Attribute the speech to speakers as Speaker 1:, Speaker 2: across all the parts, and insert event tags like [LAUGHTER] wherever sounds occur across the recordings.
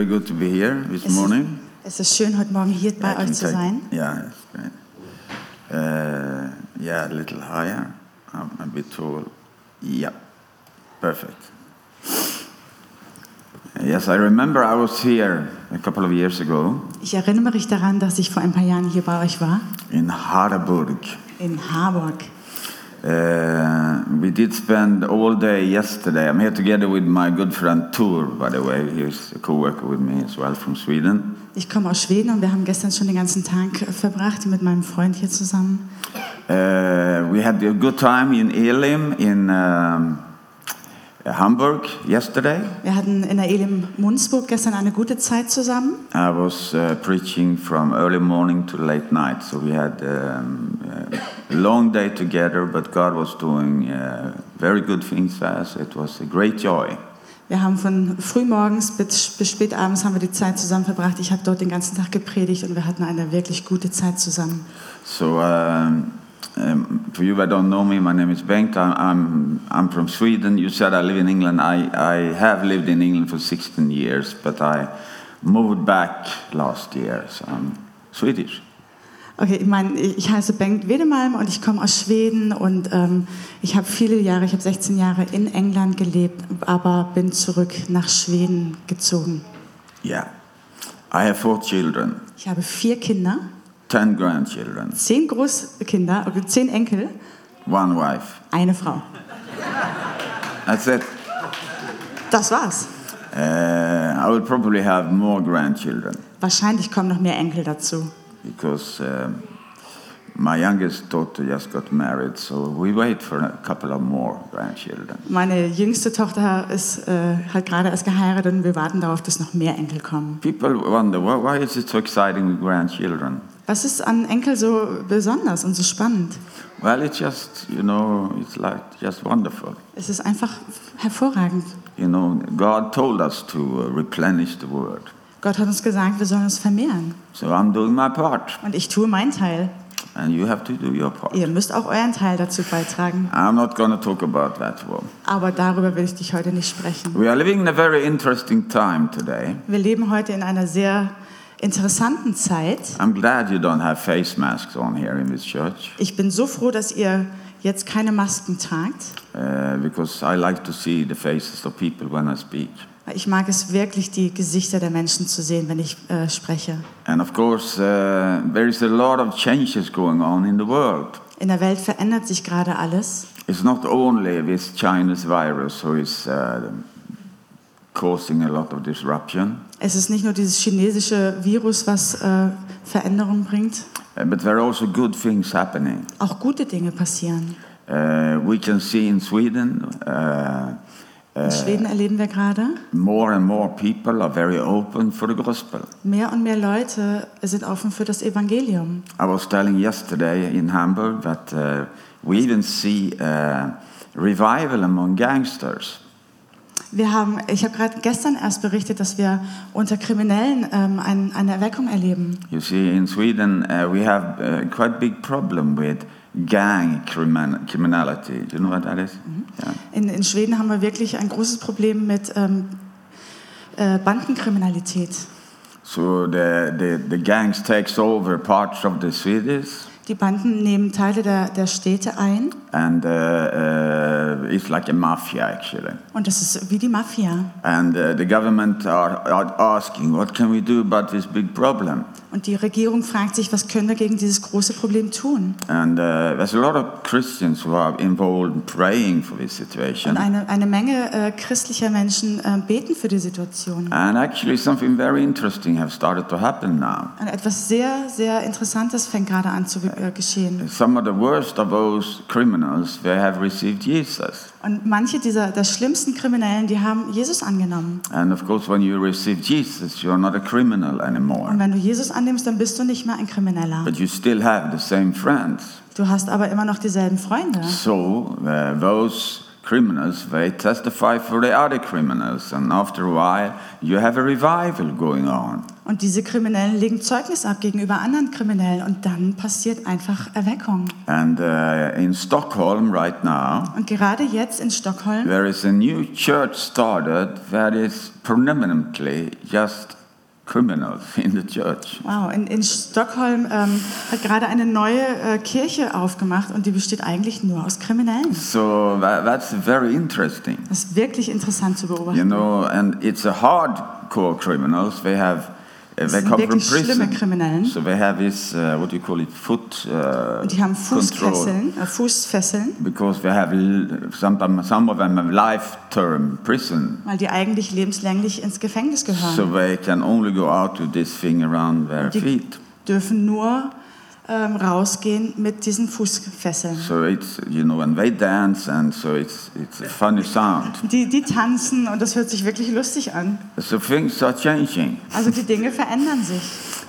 Speaker 1: Very good to be here this
Speaker 2: Es ist-
Speaker 1: morning.
Speaker 2: Es ist schön, heute Morgen hier bei
Speaker 1: I
Speaker 2: euch
Speaker 1: can
Speaker 2: zu
Speaker 1: take-
Speaker 2: sein.
Speaker 1: Yeah, it's great. Uh, yeah, a little higher. I'm a bit tall. Yeah, perfect. Uh, Yes, I remember I was here a couple of years ago
Speaker 2: Ich erinnere mich daran, dass ich vor ein paar Jahren hier bei euch war,
Speaker 1: in Harburg.
Speaker 2: in Harburg.
Speaker 1: Uh, we did spend all day yesterday. I'm here together with my good friend Tor, by the way. He's a co-worker with me as well from Sweden.
Speaker 2: Ich komme aus Schweden und wir haben gestern schon den ganzen Tag verbracht mit meinem Freund hier zusammen.
Speaker 1: Uh, we had a good time in Elim in um, Hamburg yesterday.
Speaker 2: Wir hatten in der Elim Munzburg gestern eine gute Zeit zusammen.
Speaker 1: I was uh, preaching from early morning to late night, so we had um, a long day together. But God was doing uh, very good things for us. It was a great joy.
Speaker 2: Wir haben von frühmorgens bis, bis spätabends haben wir die Zeit zusammen verbracht. Ich habe dort den ganzen Tag gepredigt und wir hatten eine wirklich gute Zeit zusammen.
Speaker 1: So, um, um, for you that don't know me, my name is Bengt. I'm, I'm, I'm from Sweden. You said I live in England. I, I have lived in England for 16 years, but I moved back last year. So I'm Swedish.
Speaker 2: Okay, ich meine, ich heiße Bengt Wedemalm und ich komme aus Schweden und ähm, ich habe viele Jahre, ich habe 16 Jahre in England gelebt, aber bin zurück nach Schweden gezogen.
Speaker 1: Yeah. I have four children,
Speaker 2: Ich habe vier Kinder,
Speaker 1: 10 grandchildren,
Speaker 2: zehn Großkinder, okay, zehn Enkel,
Speaker 1: one wife.
Speaker 2: eine Frau.
Speaker 1: That's it.
Speaker 2: Das war's.
Speaker 1: Uh, I will probably have more grandchildren
Speaker 2: Wahrscheinlich kommen noch mehr Enkel dazu.
Speaker 1: because um, my youngest daughter just got married, so we wait for a couple of more grandchildren.
Speaker 2: Meine jüngste Tochter ist, äh, hat gerade erst geheiratet und wir warten darauf, dass noch mehr Enkel kommen.
Speaker 1: People wonder why, why is it so exciting with grandchildren?
Speaker 2: Was ist an Enkel so besonders und so spannend?
Speaker 1: Well, it's just you know, it's like just wonderful.
Speaker 2: Es ist einfach hervorragend.
Speaker 1: You know, God told us to uh, replenish the word,
Speaker 2: Gott hat uns gesagt, wir sollen uns vermehren.
Speaker 1: so I'm doing my part,
Speaker 2: Und ich tue meinen Teil.
Speaker 1: and you have to do your part.
Speaker 2: Ihr müsst auch euren Teil dazu beitragen.
Speaker 1: I'm not going to talk about that one.
Speaker 2: Aber darüber will ich dich heute nicht sprechen.
Speaker 1: We are living in a very interesting time today.
Speaker 2: Wir leben heute in einer sehr interessanten Zeit.
Speaker 1: I'm glad you don't have face masks on here in this church
Speaker 2: Ich bin so froh, dass ihr jetzt keine Masken tragt.
Speaker 1: uh, because I like to see the faces of people when I speak.
Speaker 2: Ich mag es wirklich, die Gesichter der Menschen zu sehen, wenn ich äh, spreche.
Speaker 1: And of course, uh, there is a lot of changes going on in the world.
Speaker 2: In der Welt verändert sich gerade alles.
Speaker 1: It's not only this Chinese virus who is uh, causing a lot of disruption,
Speaker 2: Es ist nicht nur dieses chinesische Virus, was äh, Veränderungen bringt.
Speaker 1: uh, but there are also good things happening.
Speaker 2: Auch gute Dinge passieren.
Speaker 1: Uh, we can see in Sweden uh,
Speaker 2: In Schweden erleben wir gerade,
Speaker 1: more and more people are very open for the gospel.
Speaker 2: mehr und mehr Leute sind offen für das Evangelium.
Speaker 1: I was telling yesterday in Hamburg that uh, we even see uh, revival among gangsters.
Speaker 2: Wir haben, ich habe gerade gestern erst berichtet, dass wir unter Kriminellen ähm, ein, eine Erweckung erleben.
Speaker 1: You see, in Sweden uh, we have uh, quite big problem with gang crimin- criminality. Do you know what that is? Yeah.
Speaker 2: In, in Schweden haben wir wirklich ein großes Problem mit ähm, äh, Bandenkriminalität.
Speaker 1: So the, the, the gangs takes over parts of the cities,
Speaker 2: Die Banden nehmen Teile der, der Städte ein
Speaker 1: and uh, uh, it's like a mafia actually.
Speaker 2: und das ist wie die Mafia.
Speaker 1: And uh, the government are, are asking, what can we do about this big problem?
Speaker 2: Und die Regierung fragt sich, was können wir gegen dieses große Problem tun?
Speaker 1: And uh, there's a lot of Christians who are involved in praying for this situation.
Speaker 2: Und eine, eine Menge äh, christlicher Menschen äh, beten für die Situation.
Speaker 1: And actually, something very interesting has started to happen now.
Speaker 2: Und etwas sehr, sehr Interessantes fängt gerade an zu äh, geschehen.
Speaker 1: Some of the worst of those criminals, they have received Jesus.
Speaker 2: Und manche dieser der schlimmsten Kriminellen, die haben Jesus angenommen.
Speaker 1: And of course, when you receive Jesus, you're not a criminal anymore.
Speaker 2: Und wenn du Jesus annimmst, dann bist du nicht mehr ein Krimineller.
Speaker 1: But you still have the same friends.
Speaker 2: Du hast aber immer noch dieselben Freunde.
Speaker 1: So uh, those criminals, they testify for the other criminals. And after a while, you have a revival going on.
Speaker 2: Und diese Kriminellen legen Zeugnis ab gegenüber anderen Kriminellen und dann passiert einfach Erweckung.
Speaker 1: And uh, in Stockholm right now,
Speaker 2: Und gerade jetzt in Stockholm
Speaker 1: there is a new church started that is predominantly just criminals [LAUGHS] in the church.
Speaker 2: Wow, in, in Stockholm ähm, hat gerade eine neue äh, Kirche aufgemacht und die besteht eigentlich nur aus Kriminellen.
Speaker 1: So that, that's very interesting.
Speaker 2: Das ist wirklich interessant zu beobachten.
Speaker 1: You know, and it's a hardcore criminals. They have, uh, they
Speaker 2: sind
Speaker 1: come from
Speaker 2: wirklich schlimme
Speaker 1: prison.
Speaker 2: Kriminellen.
Speaker 1: So they have this, uh, what do you call it, foot uh,
Speaker 2: Und die haben
Speaker 1: control.
Speaker 2: Fußfesseln, äh, Fußfesseln,
Speaker 1: Because they have, l- sometimes some of them have life-term prison.
Speaker 2: weil die eigentlich lebenslänglich ins Gefängnis gehören.
Speaker 1: So they can only go out with this thing around their
Speaker 2: Die-
Speaker 1: feet.
Speaker 2: Dürfen nur ähm, rausgehen mit diesen Fußfesseln.
Speaker 1: So it's, you know, and they dance, and so it's, it's a funny sound.
Speaker 2: Die, die tanzen und das hört sich wirklich lustig an.
Speaker 1: So things are changing.
Speaker 2: Also die Dinge verändern sich.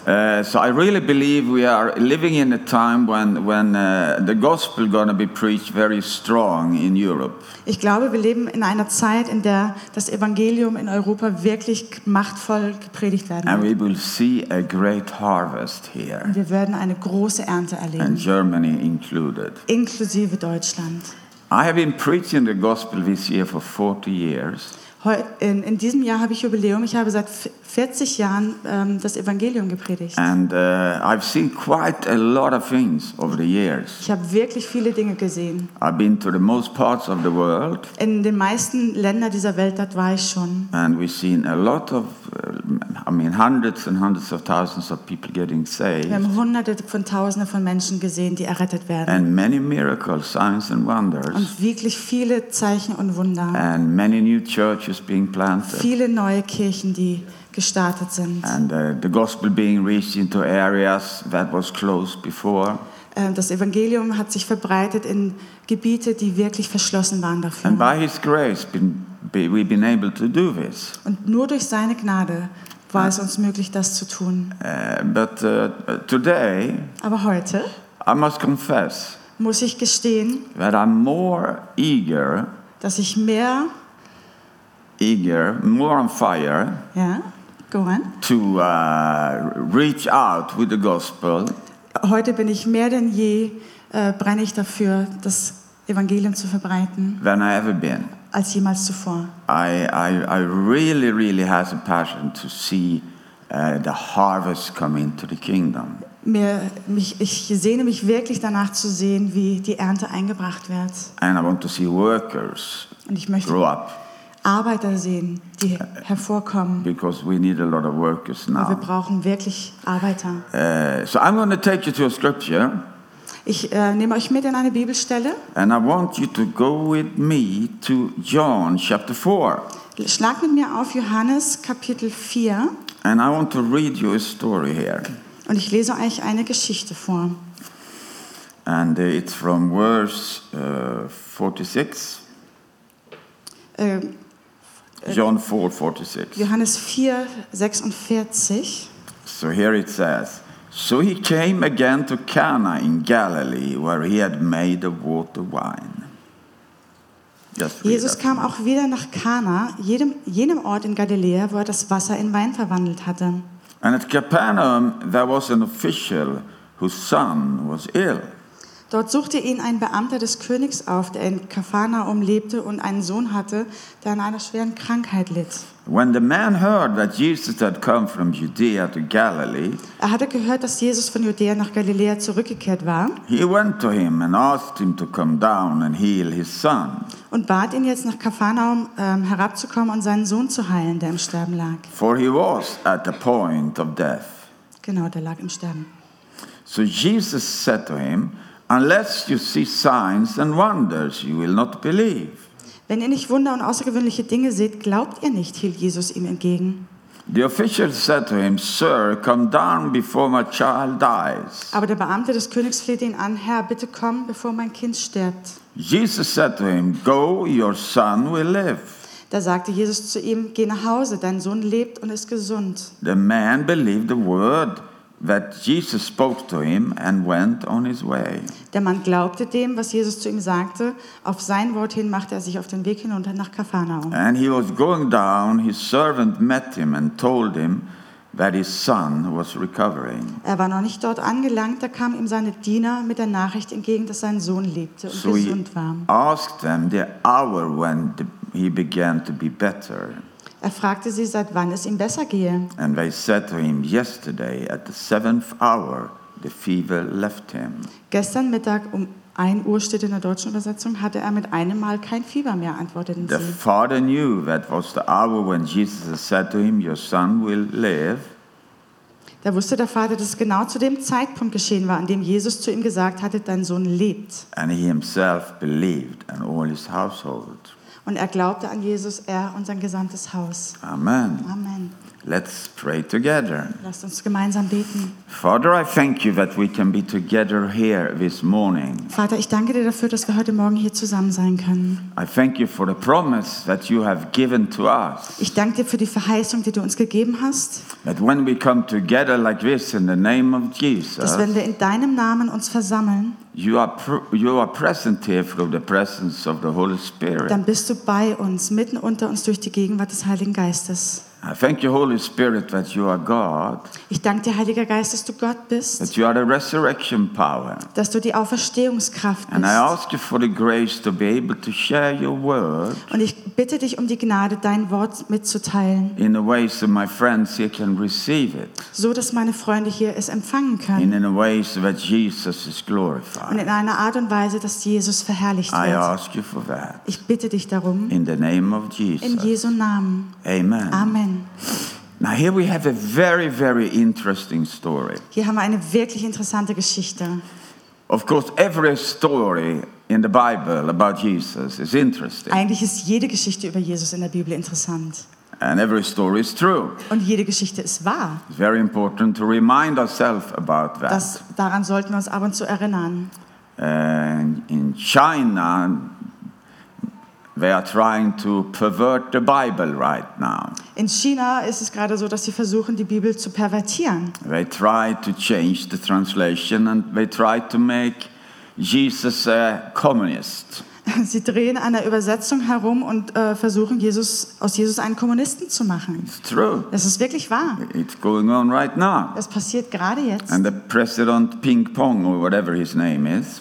Speaker 1: Uh, so I really believe we are living in a time when, when uh, the gospel going to be preached very strong in Europe.
Speaker 2: Ich glaube, wir leben in einer Zeit, in der das Evangelium in Europa wirklich machtvoll gepredigt werden
Speaker 1: And
Speaker 2: wird.
Speaker 1: we will see a great harvest here,
Speaker 2: Und wir werden eine große Ernte
Speaker 1: and
Speaker 2: erleben,
Speaker 1: Germany included.
Speaker 2: inklusive Deutschland.
Speaker 1: I have been preaching the gospel this year for 40 years,
Speaker 2: Heu- In, in diesem Jahr habe ich Jubiläum. Ich habe seit v- 40 Jahren ähm, das Evangelium gepredigt.
Speaker 1: and uh, I've seen quite a lot of things over the years.
Speaker 2: Ich habe wirklich viele Dinge gesehen.
Speaker 1: I've been to the most parts of the world,
Speaker 2: In den meisten Ländern dieser Welt, dort war ich schon.
Speaker 1: and we've seen a lot of, uh, I mean, hundreds and hundreds of thousands of people getting saved.
Speaker 2: Wir haben Hunderte von Tausende von Menschen gesehen, die errettet werden.
Speaker 1: and many miracles, signs, and wonders,
Speaker 2: Und wirklich viele Zeichen und Wunder.
Speaker 1: and many new churches being planted,
Speaker 2: Viele neue Kirchen, die gestartet sind.
Speaker 1: and uh, the gospel being reached into areas that was closed before.
Speaker 2: Ähm, Das Evangelium hat sich verbreitet in Gebiete, die wirklich verschlossen waren
Speaker 1: And
Speaker 2: dafür.
Speaker 1: by His grace, been, be, we've been able to do this.
Speaker 2: Und nur durch seine Gnade war es uns möglich, das zu tun.
Speaker 1: Uh, but uh, today,
Speaker 2: Aber heute
Speaker 1: I must confess
Speaker 2: muss ich gestehen,
Speaker 1: that I'm more eager,
Speaker 2: dass ich mehr,
Speaker 1: eager, more on fire
Speaker 2: ja, go on.
Speaker 1: to uh, reach out with the gospel
Speaker 2: Heute bin ich mehr denn je, äh, brenne ich dafür, das Evangelium zu verbreiten,
Speaker 1: than I ever been.
Speaker 2: als jemals zuvor.
Speaker 1: I, I, I really, really has a passion to see uh, the harvest come into the kingdom.
Speaker 2: Mir, mich, ich sehne mich wirklich danach zu sehen, wie die Ernte eingebracht wird.
Speaker 1: And I want to see workers
Speaker 2: Und ich möchte
Speaker 1: grow up
Speaker 2: Arbeiter sehen, die hervorkommen.
Speaker 1: because we need a lot of workers
Speaker 2: Aber wir
Speaker 1: now.
Speaker 2: brauchen wirklich Arbeiter.
Speaker 1: Uh, so I'm going to take you to a scripture
Speaker 2: Ich äh, nehme euch mit in eine Bibelstelle.
Speaker 1: and I want you to go with me to John chapter 4.
Speaker 2: Schlag mit mir auf Johannes Kapitel 4
Speaker 1: And I want to read you a story here.
Speaker 2: und ich lese euch eine Geschichte vor.
Speaker 1: And uh, it's from verse uh, 46,
Speaker 2: Äh,
Speaker 1: John 4 46.
Speaker 2: Johannes 4, 46.
Speaker 1: So here it says, So he came again to Cana in Galilee, where he had made the water wine. Just read
Speaker 2: Jesus
Speaker 1: that.
Speaker 2: kam auch wieder nach Kana, jedem, jenem Ort in Galiläa, wo er das Wasser in Wein verwandelt hatte.
Speaker 1: And at Capernaum there was an official whose son was ill.
Speaker 2: Dort suchte ihn ein Beamter des Königs auf, der in Kafanaum lebte und einen Sohn hatte, der an einer schweren Krankheit litt.
Speaker 1: When the man heard that Jesus had come from Judea to Galilee,
Speaker 2: Er hatte gehört, dass Jesus von Judäa nach Galiläa zurückgekehrt war
Speaker 1: he went to him and asked him to come down and heal his son,
Speaker 2: und bat ihn jetzt nach Kafanaum ähm, herabzukommen und seinen Sohn zu heilen, der im Sterben lag.
Speaker 1: for he was at the point of death.
Speaker 2: Genau, der lag im Sterben.
Speaker 1: So Jesus said to him, Unless you see signs and wonders, you will not believe.
Speaker 2: Wenn ihr nicht Wunder und außergewöhnliche Dinge seht, glaubt ihr nicht, hielt Jesus ihm entgegen.
Speaker 1: The official said to him, Sir, come down before my child dies.
Speaker 2: Aber der Beamte des Königs flehte ihn an, Herr, bitte komm, bevor mein Kind stirbt.
Speaker 1: Jesus said to him, Go, your son will live.
Speaker 2: Da sagte Jesus zu ihm, geh nach Hause, dein Sohn lebt und ist gesund.
Speaker 1: The man believed the word that Jesus spoke to him and went on his way.
Speaker 2: Der Mann glaubte dem, was Jesus zu ihm sagte. Auf sein Wort hin machte er sich auf den Weg hinunter nach Kapharnaum.
Speaker 1: And he was going down, his servant met him and told him that his son was recovering.
Speaker 2: Er war noch nicht dort angelangt, da kamen ihm seine Diener mit der Nachricht entgegen, dass sein Sohn lebte und
Speaker 1: So he
Speaker 2: gesund war.
Speaker 1: asked them the hour when the, he began to be better.
Speaker 2: Er fragte sie, seit wann es ihm besser gehe.
Speaker 1: And they said to him, Yesterday at the seventh hour, the fever left him.
Speaker 2: Gestern Mittag um 1 Uhr steht in der deutschen Übersetzung, hatte er mit einem Mal kein Fieber mehr, antworteten
Speaker 1: The
Speaker 2: sie.
Speaker 1: father knew that was the hour when Jesus said to him, Your son will live.
Speaker 2: Da wusste der Vater, dass es genau zu dem Zeitpunkt geschehen war, an dem Jesus zu ihm gesagt hatte, dein Sohn lebt.
Speaker 1: And he himself believed, and all his household.
Speaker 2: Und er glaubte an Jesus, er und sein gesamtes Haus.
Speaker 1: Amen.
Speaker 2: Amen.
Speaker 1: Let's pray together.
Speaker 2: Lasst uns gemeinsam beten.
Speaker 1: Father, I thank you that we can be together here this morning.
Speaker 2: Vater, ich danke dir dafür, dass wir heute Morgen hier zusammen sein können.
Speaker 1: I thank you for the promise that you have given to us.
Speaker 2: Ich danke dir für die Verheißung, die du uns gegeben hast,
Speaker 1: That when we come together like this in the name of
Speaker 2: dass wenn
Speaker 1: Jesus,
Speaker 2: wir in deinem Namen uns versammeln,
Speaker 1: you are, pr- you are present here through the presence of the Holy Spirit.
Speaker 2: dann bist du bei uns, mitten unter uns durch die Gegenwart des Heiligen Geistes.
Speaker 1: I thank you, Holy Spirit, that you are God,
Speaker 2: Ich danke dir, Heiliger Geist, dass du Gott bist,
Speaker 1: that you are the resurrection power.
Speaker 2: dass du die Auferstehungskraft
Speaker 1: And I
Speaker 2: bist.
Speaker 1: ask you for the grace to be able to share your word
Speaker 2: Und ich bitte dich um die Gnade, dein Wort mitzuteilen,
Speaker 1: in a way so my friends here can receive it,
Speaker 2: so dass meine Freunde hier es empfangen
Speaker 1: and
Speaker 2: können.
Speaker 1: in a way so that Jesus is
Speaker 2: Und
Speaker 1: glorified.
Speaker 2: in einer Art und Weise, dass Jesus verherrlicht
Speaker 1: I
Speaker 2: wird.
Speaker 1: ask you for that.
Speaker 2: Ich bitte dich darum,
Speaker 1: Ah, In the name of
Speaker 2: in
Speaker 1: Jesus.
Speaker 2: Jesu Namen.
Speaker 1: Amen.
Speaker 2: Amen.
Speaker 1: Now, here we have a very, very interesting story.
Speaker 2: Hier haben wir eine wirklich interessante Geschichte.
Speaker 1: Of course, every story in the Bible about Jesus is interesting,
Speaker 2: Eigentlich ist jede Geschichte über Jesus in der Bibel interessant.
Speaker 1: and every story is true.
Speaker 2: Und jede Geschichte ist wahr.
Speaker 1: It's very important to remind ourselves about that.
Speaker 2: Das, daran sollten wir uns ab und zu erinnern.
Speaker 1: And in China, they are trying to pervert the Bible right now.
Speaker 2: In China ist es gerade so, dass sie versuchen, die Bibel zu pervertieren. [LAUGHS]
Speaker 1: They try to change the translation and they try to make Jesus a communist.
Speaker 2: Sie drehen an der Übersetzung herum und äh, versuchen, Jesus, aus Jesus einen Kommunisten zu machen.
Speaker 1: It's true.
Speaker 2: Das ist wirklich wahr.
Speaker 1: It's going on right now.
Speaker 2: Das passiert gerade jetzt.
Speaker 1: And the president Ping Pong, or whatever his name is,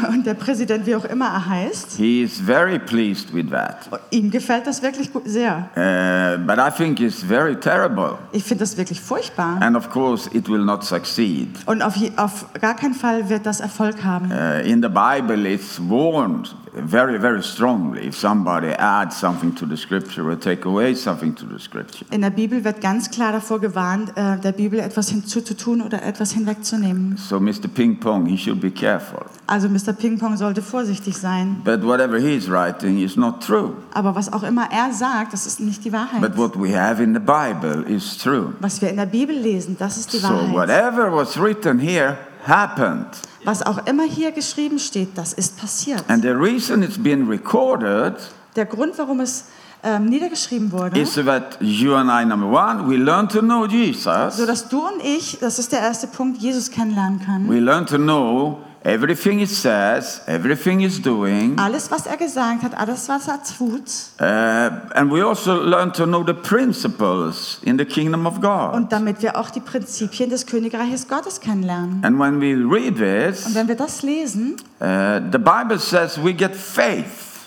Speaker 2: [LAUGHS] Und der Präsident, wie auch immer er heißt,
Speaker 1: he is very pleased with that.
Speaker 2: ihm gefällt das wirklich gut, sehr.
Speaker 1: Uh, but I think it's very terrible.
Speaker 2: Ich finde das wirklich furchtbar.
Speaker 1: And of course, it will not succeed.
Speaker 2: Und auf, je- auf gar keinen Fall wird das Erfolg haben.
Speaker 1: Uh, in the Bible, it's warned very, very strongly if somebody adds something to the scripture or take away something to the scripture.
Speaker 2: In der Bibel wird ganz klar davor gewarnt, äh, der Bibel etwas hinzuzutun oder etwas hinwegzunehmen.
Speaker 1: So Mr. Ping Pong, he should be careful.
Speaker 2: Also Mr. Ping-Pong sollte vorsichtig sein.
Speaker 1: But whatever he's writing is not true.
Speaker 2: Aber was auch immer er sagt, das ist nicht die Wahrheit.
Speaker 1: But what we have in the Bible is true.
Speaker 2: Was wir in der Bibel lesen, das ist die
Speaker 1: So
Speaker 2: Wahrheit.
Speaker 1: whatever was written here happened.
Speaker 2: Was auch immer hier geschrieben steht, das ist passiert.
Speaker 1: And the reason it's been recorded
Speaker 2: Der Grund, warum es ähm, niedergeschrieben wurde,
Speaker 1: is that you and I, number one, we learn to know
Speaker 2: so
Speaker 1: Jesus.
Speaker 2: dass du und ich, das ist der erste Punkt, Jesus kennenlernen können.
Speaker 1: We learn to know everything he says, everything he's doing.
Speaker 2: Alles, was er gesagt hat, alles, was er tut.
Speaker 1: Uh, and we also learn to know the principles in the kingdom of God.
Speaker 2: Und damit wir auch die Prinzipien des Königreiches Gottes kennenlernen.
Speaker 1: And when we read
Speaker 2: Und
Speaker 1: this,
Speaker 2: wenn wir das lesen,
Speaker 1: uh, the Bible says we get faith.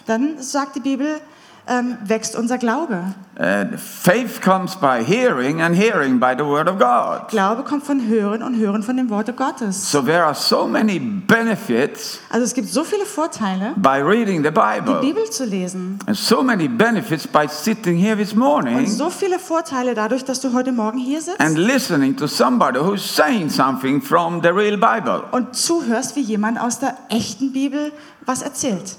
Speaker 2: dann sagt die Bibel, ähm, wächst unser Glaube.
Speaker 1: Uh, faith comes by hearing, and hearing by the word of God.
Speaker 2: Glaube kommt von Hören und Hören von dem Worte Gottes.
Speaker 1: So there are so many benefits
Speaker 2: Also es gibt so viele Vorteile,
Speaker 1: by reading the
Speaker 2: die
Speaker 1: Bible,
Speaker 2: Bibel zu lesen.
Speaker 1: and so many benefits by sitting here this
Speaker 2: Und
Speaker 1: morning
Speaker 2: so viele Vorteile dadurch, dass du heute Morgen hier
Speaker 1: and
Speaker 2: sitzt
Speaker 1: listening to somebody who's saying something from the real Bible.
Speaker 2: und zuhörst, wie jemand aus der echten Bibel was erzählt.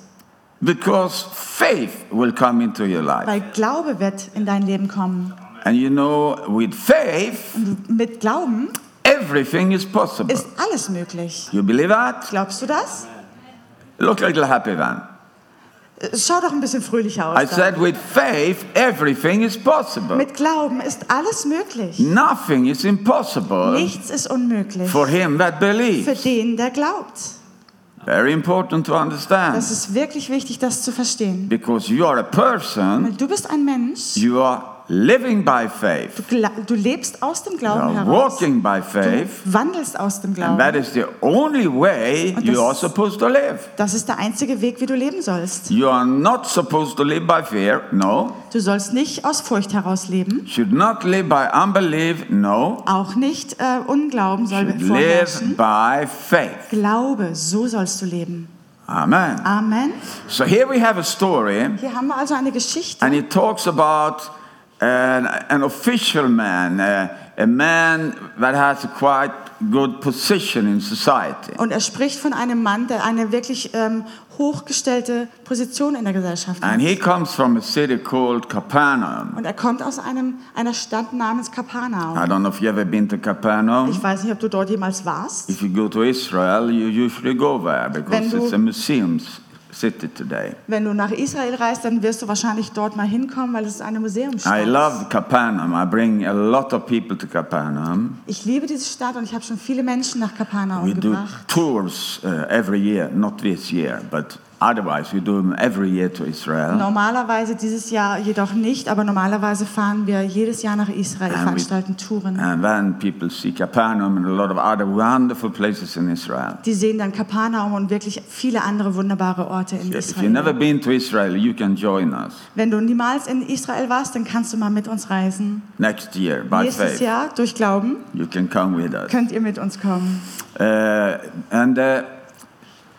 Speaker 1: Because faith will come into your life.
Speaker 2: Weil Glaube wird in dein Leben kommen.
Speaker 1: And you know, with faith,
Speaker 2: Und mit Glauben
Speaker 1: Everything is possible.
Speaker 2: ist alles möglich.
Speaker 1: You believe that?
Speaker 2: Glaubst du das?
Speaker 1: Look like a happy man.
Speaker 2: Schau doch ein bisschen fröhlicher
Speaker 1: I
Speaker 2: aus. Da.
Speaker 1: said, with faith, everything is possible.
Speaker 2: Mit Glauben ist alles möglich.
Speaker 1: Nothing is impossible
Speaker 2: Nichts ist unmöglich
Speaker 1: for him that
Speaker 2: für
Speaker 1: believes.
Speaker 2: den, der glaubt.
Speaker 1: Very important to
Speaker 2: Das
Speaker 1: understand.
Speaker 2: ist wirklich wichtig, das zu verstehen.
Speaker 1: Because you are a person,
Speaker 2: Weil du bist ein Mensch,
Speaker 1: you are living by faith,
Speaker 2: du, gla- du lebst aus dem
Speaker 1: you
Speaker 2: Glauben
Speaker 1: are
Speaker 2: heraus,
Speaker 1: walking by faith,
Speaker 2: du wandelst aus dem
Speaker 1: and
Speaker 2: Glauben.
Speaker 1: that is the only way
Speaker 2: Und
Speaker 1: you
Speaker 2: das-
Speaker 1: are supposed to live.
Speaker 2: Das ist der einzige Weg, wie du leben sollst.
Speaker 1: You are not supposed to live by fear, no.
Speaker 2: Du sollst nicht aus Furcht heraus leben,
Speaker 1: Should not live by unbelief, no.
Speaker 2: auch nicht äh, Unglauben soll
Speaker 1: Should
Speaker 2: vorherrschen.
Speaker 1: live by faith.
Speaker 2: Glaube, so sollst du leben.
Speaker 1: Amen.
Speaker 2: Amen.
Speaker 1: So here we have a story,
Speaker 2: Hier haben wir also eine Geschichte.
Speaker 1: and it talks about an, an official man, a, a man that has a quite good position in society.
Speaker 2: Und er spricht von einem Mann, der eine wirklich ähm, hochgestellte Position in der Gesellschaft hat.
Speaker 1: And he comes from a city called Capernaum.
Speaker 2: Und er kommt aus einem, einer Stadt namens Kapernaum.
Speaker 1: I don't know if you ever been to Capernaum.
Speaker 2: Ich weiß nicht, ob du dort jemals warst.
Speaker 1: If you go to Israel, you usually go there because
Speaker 2: Wenn du-
Speaker 1: it's a museum s- city today.
Speaker 2: Wenn du nach Israel reist, dann wirst du wahrscheinlich dort mal hinkommen, weil es ist eine Museumsstadt.
Speaker 1: I love Capernaum. I bring a lot of people to Capernaum.
Speaker 2: ich liebe diese Stadt und ich habe schon viele Menschen nach
Speaker 1: We
Speaker 2: Kapernaum
Speaker 1: do
Speaker 2: gebracht.
Speaker 1: tours uh, every year, not this year, but otherwise we do them every year to Israel.
Speaker 2: Normalerweise dieses Jahr jedoch nicht, aber normalerweise fahren wir jedes Jahr nach Israel,
Speaker 1: we-
Speaker 2: veranstalten Touren.
Speaker 1: And then people see Capernaum and a lot of other wonderful places in Israel.
Speaker 2: Die sehen dann Kapernaum und wirklich viele andere wunderbare Orte in
Speaker 1: If
Speaker 2: Israel.
Speaker 1: you've never been to Israel, you can join us
Speaker 2: Wenn du niemals in Israel warst, dann kannst du mal mit uns reisen.
Speaker 1: next year by
Speaker 2: Nächstes
Speaker 1: faith.
Speaker 2: Jahr durch Glauben
Speaker 1: You can come with us.
Speaker 2: könnt ihr mit uns kommen.
Speaker 1: Uh, and uh,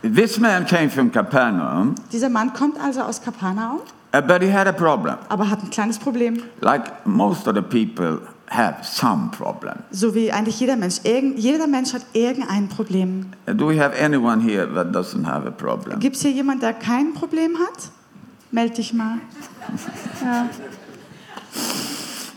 Speaker 1: this man came from Capernaum,
Speaker 2: Dieser Mann kommt also aus Kapernaum,
Speaker 1: uh, but he had a problem.
Speaker 2: aber hat ein kleines Problem,
Speaker 1: Like most of the people have some problem.
Speaker 2: so wie eigentlich jeder Mensch. Irgend, jeder Mensch hat irgendein Problem.
Speaker 1: Uh, Do we have anyone here that doesn't have a problem?
Speaker 2: Gibt es hier jemand, der kein Problem hat? Meld dich mal.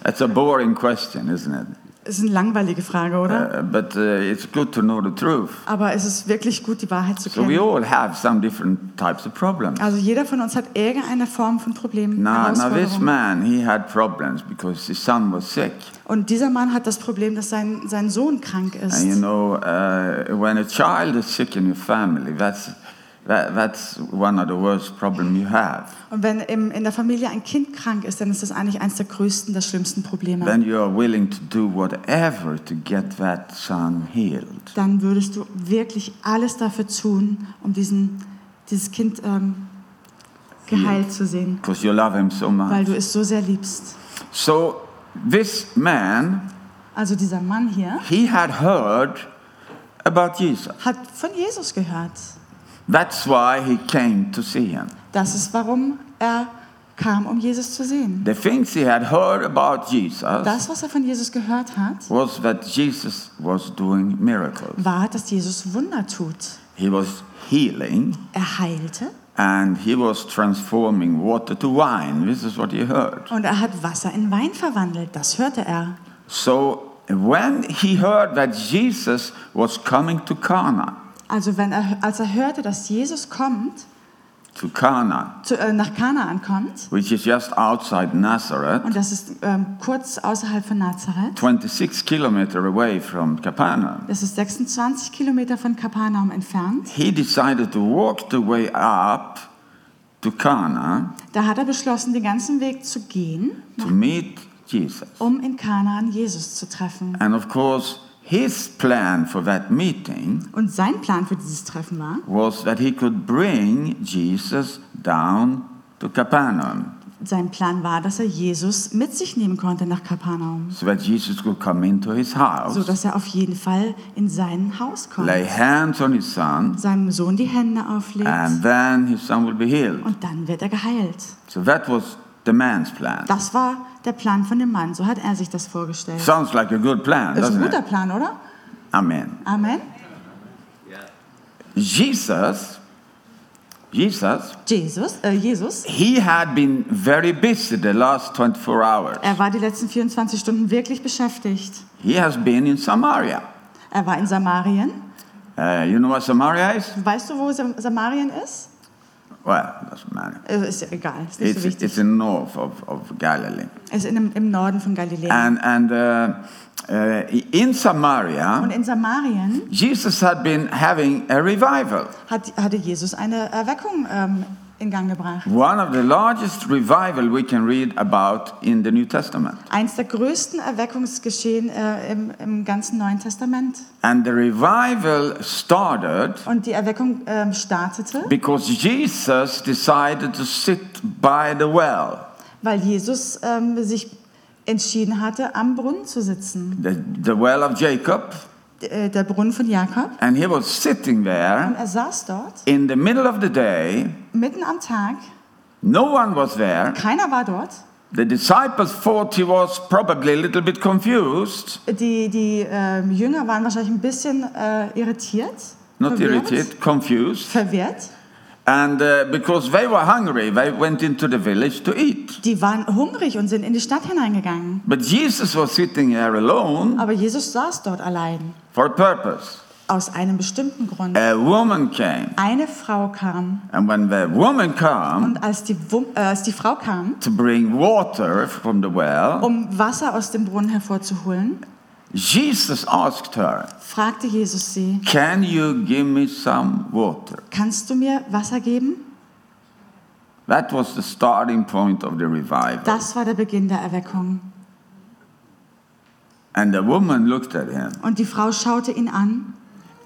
Speaker 1: That's a boring question, isn't it?
Speaker 2: Ist eine langweilige Frage, oder?
Speaker 1: Uh, but uh, it's good to know the truth.
Speaker 2: Aber es ist wirklich gut, die Wahrheit zu
Speaker 1: So we
Speaker 2: kennen.
Speaker 1: all have some different types of problems.
Speaker 2: Also jeder von uns hat irgendeine Form von Problemen.
Speaker 1: Now, now this
Speaker 2: Herausforderungen.
Speaker 1: man, he had problems because his son was sick.
Speaker 2: Und dieser Mann hat das Problem, dass sein, sein Sohn krank
Speaker 1: And you
Speaker 2: ist.
Speaker 1: know, uh, when a child is sick in your family, that's, that, that's one of the worst problems you have.
Speaker 2: Und wenn im, in der Familie ein Kind krank ist, dann ist das eigentlich eines der größten, der schlimmsten Probleme.
Speaker 1: Then you are willing to do whatever to get that son healed.
Speaker 2: Dann würdest du wirklich alles dafür tun, um diesen, dieses Kind ähm, geheilt zu sehen,
Speaker 1: Because you love him so
Speaker 2: weil
Speaker 1: much.
Speaker 2: du es so sehr liebst.
Speaker 1: So this man,
Speaker 2: Also dieser Mann hier
Speaker 1: he had heard about Jesus.
Speaker 2: hat von Jesus gehört.
Speaker 1: That's why he came to see him.
Speaker 2: Das ist, warum er kam, um Jesus zu sehen.
Speaker 1: The things he had heard about Jesus
Speaker 2: Das, was er von Jesus gehört hat,
Speaker 1: was that Jesus was doing miracles.
Speaker 2: war, dass Jesus Wunder tut.
Speaker 1: He was healing
Speaker 2: Er heilte
Speaker 1: and he was transforming water to wine. This is what he heard.
Speaker 2: und er hat Wasser in Wein verwandelt. Das hörte er.
Speaker 1: So when he heard that Jesus was coming to Cana,
Speaker 2: Also wenn er, als er hörte, dass Jesus kommt,
Speaker 1: to Cana,
Speaker 2: zu, äh, nach Kana ankommt,
Speaker 1: which is just outside Nazareth,
Speaker 2: und das ist ähm, kurz außerhalb von Nazareth,
Speaker 1: 26 kilometers away from Capernaum,
Speaker 2: das ist 26 Kilometer von Kapernaum entfernt,
Speaker 1: he decided to walk the way up to Cana
Speaker 2: da hat er beschlossen, den ganzen Weg zu gehen,
Speaker 1: to meet Jesus.
Speaker 2: um in Kanaan Jesus zu treffen.
Speaker 1: And of course, his plan for that meeting
Speaker 2: Und sein Plan für dieses Treffen war,
Speaker 1: was that he could bring Jesus down to Capernaum
Speaker 2: sein Plan war, dass er Jesus mit sich nehmen konnte nach Kapernaum,
Speaker 1: so that Jesus could come into his
Speaker 2: so
Speaker 1: house,
Speaker 2: dass er auf jeden Fall in sein Haus kommt,
Speaker 1: lay hands on his son,
Speaker 2: seinem Sohn die Hände auflegt
Speaker 1: and then his son will be healed.
Speaker 2: und dann wird er geheilt.
Speaker 1: So that was the man's plan.
Speaker 2: Das war der Plan von dem Mann, so hat er sich das vorgestellt.
Speaker 1: Sounds like a good plan,
Speaker 2: Das ist ein
Speaker 1: doesn't
Speaker 2: guter
Speaker 1: it?
Speaker 2: Plan, oder?
Speaker 1: Amen.
Speaker 2: Amen.
Speaker 1: Jesus, Jesus,
Speaker 2: Jesus, äh, Jesus,
Speaker 1: he had been very busy the last 24 hours.
Speaker 2: er war die letzten 24 Stunden wirklich beschäftigt.
Speaker 1: He has been in Samaria.
Speaker 2: Er war in Samarien.
Speaker 1: Uh, you know what Samaria is?
Speaker 2: Weißt du, wo Sam- Samarien ist?
Speaker 1: Well, it doesn't matter.
Speaker 2: Also ist ja egal, ist nicht so
Speaker 1: It's,
Speaker 2: wichtig.
Speaker 1: it's in north of, of Galilee.
Speaker 2: Es ist in, dem- im Norden von Galiläa.
Speaker 1: And, and uh, uh, in Samaria,
Speaker 2: Und in Samarien
Speaker 1: Jesus had been having a revival,
Speaker 2: hat, hatte Jesus eine Erweckung ähm, in Gang gebracht.
Speaker 1: one of the largest revival we can read about in the New Testament.
Speaker 2: Eins der größten Erweckungsgeschehen äh, im, im ganzen Neuen Testament.
Speaker 1: And the revival started
Speaker 2: Und die Erweckung ähm, startete,
Speaker 1: because Jesus decided to sit by the well.
Speaker 2: weil Jesus ähm, sich entschieden hatte, am Brunnen zu sitzen.
Speaker 1: the, the well of Jacob,
Speaker 2: D- äh, der Brunnen von Jakob.
Speaker 1: and he was sitting
Speaker 2: Und
Speaker 1: there
Speaker 2: er saß dort,
Speaker 1: in the middle of the day.
Speaker 2: mitten am Tag.
Speaker 1: No one was there.
Speaker 2: Keiner war dort.
Speaker 1: The disciples thought he was probably a little bit confused,
Speaker 2: Die, die ähm, Jünger waren wahrscheinlich ein bisschen äh, irritiert.
Speaker 1: not
Speaker 2: verwirrt,
Speaker 1: irritated, confused.
Speaker 2: Verwirrt.
Speaker 1: And uh, because they were hungry, they went into the village to eat.
Speaker 2: Die waren hungrig und sind in die Stadt hineingegangen.
Speaker 1: But Jesus was sitting there alone
Speaker 2: Aber Jesus saß dort allein.
Speaker 1: for a purpose.
Speaker 2: Aus einem bestimmten Grund.
Speaker 1: A woman came,
Speaker 2: Eine Frau kam.
Speaker 1: and when the woman came
Speaker 2: Und als die, Wum- äh, als die Frau kam,
Speaker 1: to bring water from the well,
Speaker 2: um Wasser aus dem Brunnen hervorzuholen,
Speaker 1: Jesus asked her,
Speaker 2: fragte Jesus sie,
Speaker 1: Can you give me some water?
Speaker 2: kannst du mir Wasser geben?
Speaker 1: That was the starting point of the revival.
Speaker 2: Das war der Beginn der Erweckung.
Speaker 1: And the woman looked at him.
Speaker 2: Und die Frau schaute ihn an.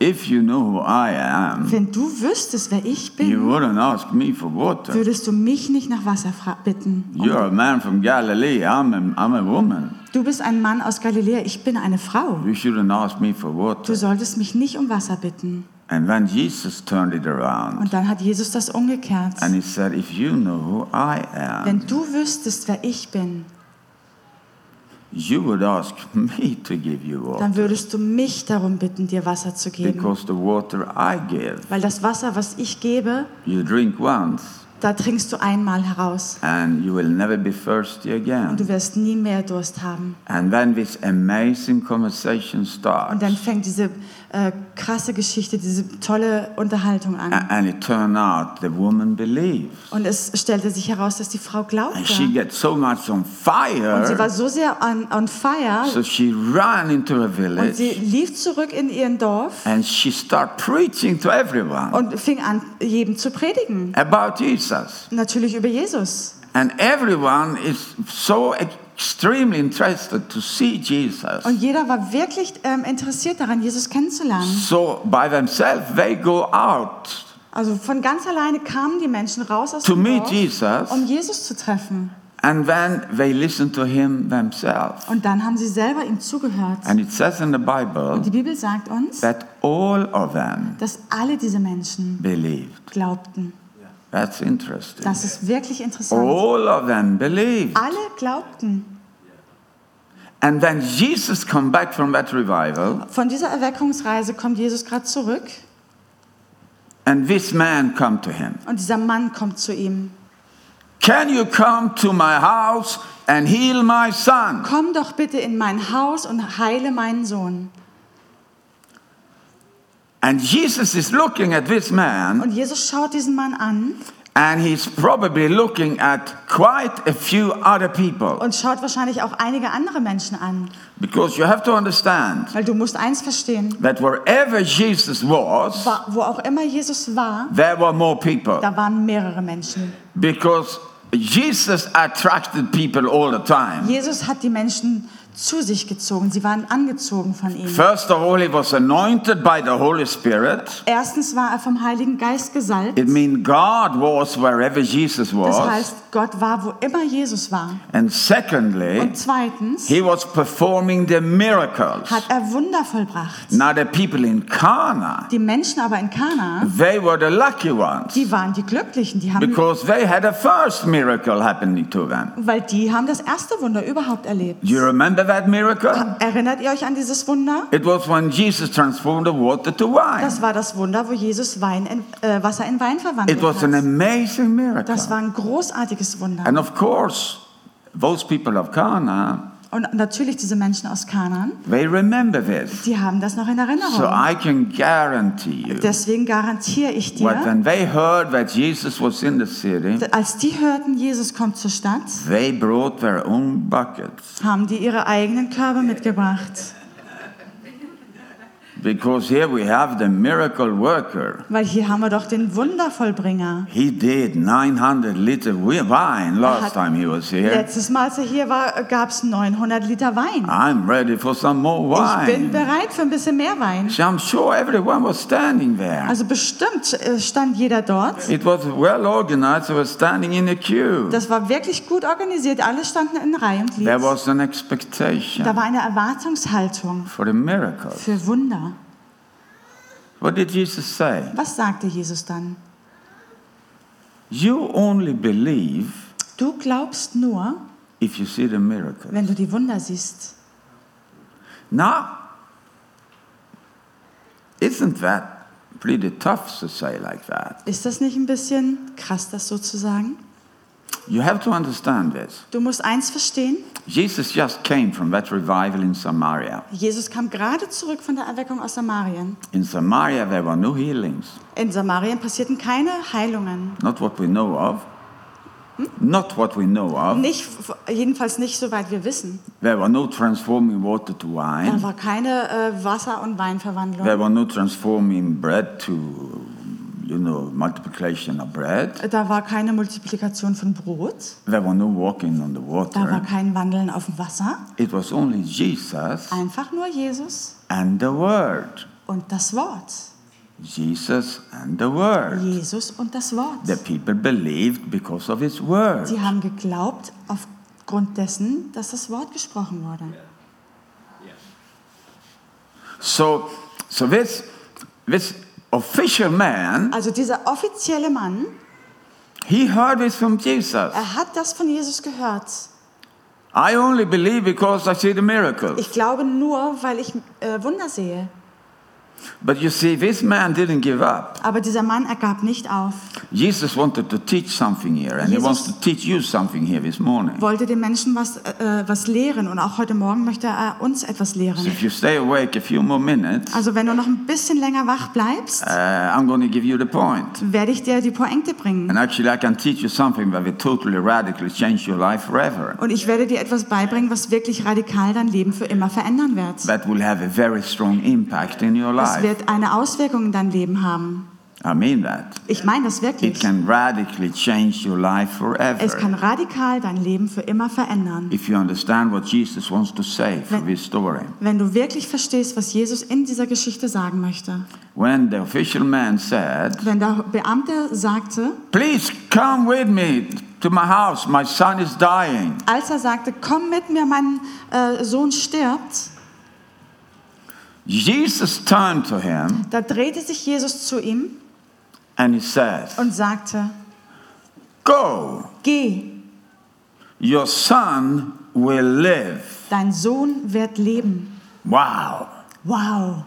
Speaker 1: If you knew who I am,
Speaker 2: Wenn du wüsstest, wer ich
Speaker 1: you
Speaker 2: bin,
Speaker 1: wouldn't ask me for water.
Speaker 2: würdest du mich nicht nach Wasser fra- bitten.
Speaker 1: You're a man from Galilee. I'm a, I'm a woman.
Speaker 2: Du bist ein Mann aus Galiläa, ich bin eine Frau.
Speaker 1: You shouldn't ask me for
Speaker 2: Du
Speaker 1: water.
Speaker 2: solltest mich nicht um Wasser bitten.
Speaker 1: And when Jesus turned it around
Speaker 2: Und dann hat Jesus das umgekehrt.
Speaker 1: and he said, If you know who I am,
Speaker 2: Wenn du wüsstest, wer ich bin,
Speaker 1: you would ask [LAUGHS] me to give you water
Speaker 2: dann würdest du mich darum bitten, dir Wasser zu geben.
Speaker 1: because the water I give,
Speaker 2: Weil das Wasser, was ich gebe,
Speaker 1: you drink once
Speaker 2: da trinkst du einmal heraus.
Speaker 1: and you will never be thirsty again.
Speaker 2: Und du wirst nie mehr Durst haben.
Speaker 1: And then this amazing conversation starts.
Speaker 2: Und dann fängt diese äh, krasse Geschichte, diese tolle Unterhaltung an.
Speaker 1: A- And it turned out the woman believed.
Speaker 2: Und es stellte sich heraus, dass die Frau glaubte.
Speaker 1: And she gets so much on
Speaker 2: Und sie war
Speaker 1: fire,
Speaker 2: so sehr on, on fire
Speaker 1: so she ran into a
Speaker 2: und sie
Speaker 1: village
Speaker 2: lief zurück in ihren Dorf
Speaker 1: and she started preaching to everyone
Speaker 2: und fing an, jedem zu predigen.
Speaker 1: about Jesus.
Speaker 2: Natürlich über Jesus.
Speaker 1: And everyone is so extremely interested to see Jesus.
Speaker 2: Und jeder war wirklich ähm, interessiert daran, Jesus kennenzulernen.
Speaker 1: So by themselves, they go out
Speaker 2: Also von ganz alleine kamen die Menschen raus aus
Speaker 1: to
Speaker 2: dem
Speaker 1: meet
Speaker 2: Dorf,
Speaker 1: Jesus
Speaker 2: um Jesus zu treffen.
Speaker 1: and then they listen to him themselves.
Speaker 2: Und dann haben sie selber ihm zugehört.
Speaker 1: And it says in the Bible
Speaker 2: Die Bibel sagt uns,
Speaker 1: that all of them
Speaker 2: dass alle diese Menschen
Speaker 1: believed.
Speaker 2: glaubten.
Speaker 1: That's interesting.
Speaker 2: Das ist wirklich interessant.
Speaker 1: All of them believed.
Speaker 2: Alle glaubten.
Speaker 1: And then Jesus come back from that revival,
Speaker 2: Von dieser Erweckungsreise kommt Jesus gerade zurück.
Speaker 1: and this man come to him.
Speaker 2: Und dieser Mann kommt zu ihm.
Speaker 1: Can you come to my house and heal my son?
Speaker 2: Komm doch bitte in mein Haus und heile meinen Sohn.
Speaker 1: And Jesus is looking at this man,
Speaker 2: Und Jesus schaut diesen Mann an
Speaker 1: and he's probably looking at quite a few other people.
Speaker 2: und schaut wahrscheinlich auch einige andere Menschen an.
Speaker 1: Because you have to understand
Speaker 2: Weil du musst eins verstehen,
Speaker 1: that wherever Jesus was,
Speaker 2: wa- wo auch immer Jesus war,
Speaker 1: there were more people.
Speaker 2: da waren mehrere Menschen.
Speaker 1: Because Jesus attracted people all the time.
Speaker 2: Jesus hat die Menschen zu sich gezogen. Sie waren angezogen von ihm.
Speaker 1: First of all, he was anointed by the Holy Spirit.
Speaker 2: Erstens war er vom Heiligen Geist gesalbt.
Speaker 1: It means God was wherever Jesus
Speaker 2: Das
Speaker 1: was.
Speaker 2: heißt, Gott war, wo immer Jesus war.
Speaker 1: And secondly,
Speaker 2: Und zweitens
Speaker 1: he was performing the miracles.
Speaker 2: hat er Wunder vollbracht.
Speaker 1: Now, the people in Cana,
Speaker 2: Die Menschen aber in Kana,
Speaker 1: they were the lucky ones
Speaker 2: die waren die Glücklichen. Die haben
Speaker 1: because they had a first miracle happening to them.
Speaker 2: Weil die haben das erste Wunder überhaupt erlebt.
Speaker 1: You remember that miracle?
Speaker 2: Erinnert ihr euch an dieses Wunder?
Speaker 1: It was when Jesus transformed the water to wine.
Speaker 2: Das war das Wunder, wo Jesus Wein in, äh, Wasser in Wein verwandelt
Speaker 1: It was an
Speaker 2: hat.
Speaker 1: amazing miracle.
Speaker 2: Das war ein großartiges Wunder.
Speaker 1: And of course, those people of Cana,
Speaker 2: Und natürlich diese Menschen aus Kanan,
Speaker 1: They remember this.
Speaker 2: die haben das noch in Erinnerung.
Speaker 1: So I can guarantee you
Speaker 2: Deswegen garantiere
Speaker 1: what
Speaker 2: ich dir,
Speaker 1: when they heard that Jesus was in the city,
Speaker 2: als die hörten, Jesus kommt zur Stadt,
Speaker 1: they brought their own buckets
Speaker 2: haben die ihre eigenen Körbe mitgebracht.
Speaker 1: because here we have the miracle worker.
Speaker 2: Weil hier haben wir doch den Wundervollbringer.
Speaker 1: He did 900 liter wi- wine last time he was here.
Speaker 2: Letztes Mal, als er hier war, gab es 900 Liter Wein.
Speaker 1: I'm ready for some more
Speaker 2: Ich bin
Speaker 1: wine.
Speaker 2: bereit für ein bisschen mehr Wein.
Speaker 1: So I'm sure everyone was standing there.
Speaker 2: Also bestimmt äh, stand jeder dort.
Speaker 1: It was well organized. They were standing in a queue.
Speaker 2: Das war wirklich gut organisiert. Alle standen in Reihe und Glied.
Speaker 1: There
Speaker 2: Da
Speaker 1: was an expectation
Speaker 2: war eine Erwartungshaltung
Speaker 1: for a miracle.
Speaker 2: für Wunder.
Speaker 1: What did Jesus say?
Speaker 2: Was sagte Jesus dann?
Speaker 1: You only believe
Speaker 2: Du glaubst nur,
Speaker 1: if you see the miracle.
Speaker 2: wenn du die Wunder siehst.
Speaker 1: Now, isn't that pretty tough to say like that?
Speaker 2: Ist das nicht ein bisschen krass, das so zu sagen?
Speaker 1: You have to understand this.
Speaker 2: Du musst eins verstehen.
Speaker 1: Jesus just came from that revival in Samaria.
Speaker 2: Jesus kam gerade zurück von der Erweckung aus Samarien.
Speaker 1: In Samaria, there were no healings,
Speaker 2: In Samarien passierten keine Heilungen.
Speaker 1: not what we know of. Not what we know of.
Speaker 2: Nicht, jedenfalls nicht, soweit wir wissen.
Speaker 1: There were no transforming water to
Speaker 2: Da
Speaker 1: wine.
Speaker 2: war keine äh, Wasser- und Weinverwandlung.
Speaker 1: There were no transforming bread to, you know, multiplication of bread.
Speaker 2: Da war keine Multiplikation von Brot.
Speaker 1: There were no walking on the
Speaker 2: Da war
Speaker 1: water.
Speaker 2: kein Wandeln auf dem Wasser.
Speaker 1: It was only Jesus
Speaker 2: Einfach nur Jesus
Speaker 1: and the Word.
Speaker 2: und das Wort.
Speaker 1: Jesus and the Word.
Speaker 2: Jesus und das Wort.
Speaker 1: The people believed because of His Word.
Speaker 2: Sie haben geglaubt aufgrund dessen, dass das Wort gesprochen wurde.
Speaker 1: So, so this, this official man,
Speaker 2: Also dieser offizielle Mann,
Speaker 1: he heard this from Jesus.
Speaker 2: er hat das von Jesus gehört.
Speaker 1: I only believe because I see the miracle.
Speaker 2: Ich glaube nur, weil ich äh, Wunder sehe.
Speaker 1: But you see, this man didn't give up.
Speaker 2: Aber dieser Mann ergab nicht auf,
Speaker 1: Jesus wanted to teach something here, and he
Speaker 2: Jesus-
Speaker 1: wants to teach you something here this morning.
Speaker 2: wollte den Menschen was, äh, was lehren und auch heute Morgen möchte er uns etwas
Speaker 1: So
Speaker 2: lehren.
Speaker 1: if you stay awake a few more minutes, uh,
Speaker 2: Also wenn du noch ein bisschen länger wach bleibst,
Speaker 1: I'm going to give you the point.
Speaker 2: werde ich dir die Pointe bringen.
Speaker 1: And actually, I can teach you something that will totally radically change your life forever.
Speaker 2: Und ich werde dir etwas beibringen, was wirklich radikal dein Leben für immer verändern wird.
Speaker 1: That will have a very strong impact in your
Speaker 2: Das
Speaker 1: life.
Speaker 2: wird eine Auswirkung in dein Leben haben.
Speaker 1: I mean that.
Speaker 2: Ich meine das
Speaker 1: It
Speaker 2: wirklich.
Speaker 1: can radically change your life
Speaker 2: Es kann
Speaker 1: forever.
Speaker 2: radikal dein Leben für immer verändern.
Speaker 1: If you understand what Jesus wants to say through
Speaker 2: Wenn-
Speaker 1: this story.
Speaker 2: Wenn du wirklich verstehst, was Jesus in dieser Geschichte sagen möchte.
Speaker 1: When the official man said,
Speaker 2: Wenn der Beamte sagte,
Speaker 1: Please come with me to my house. My son is dying.
Speaker 2: als er sagte, komm mit mir, mein äh, Sohn stirbt,
Speaker 1: Jesus turned to him
Speaker 2: da drehte sich Jesus zu ihm
Speaker 1: and he says,
Speaker 2: und sagte,
Speaker 1: Go,
Speaker 2: geh,
Speaker 1: your son will live.
Speaker 2: dein Sohn wird leben.
Speaker 1: Wow.
Speaker 2: Wow.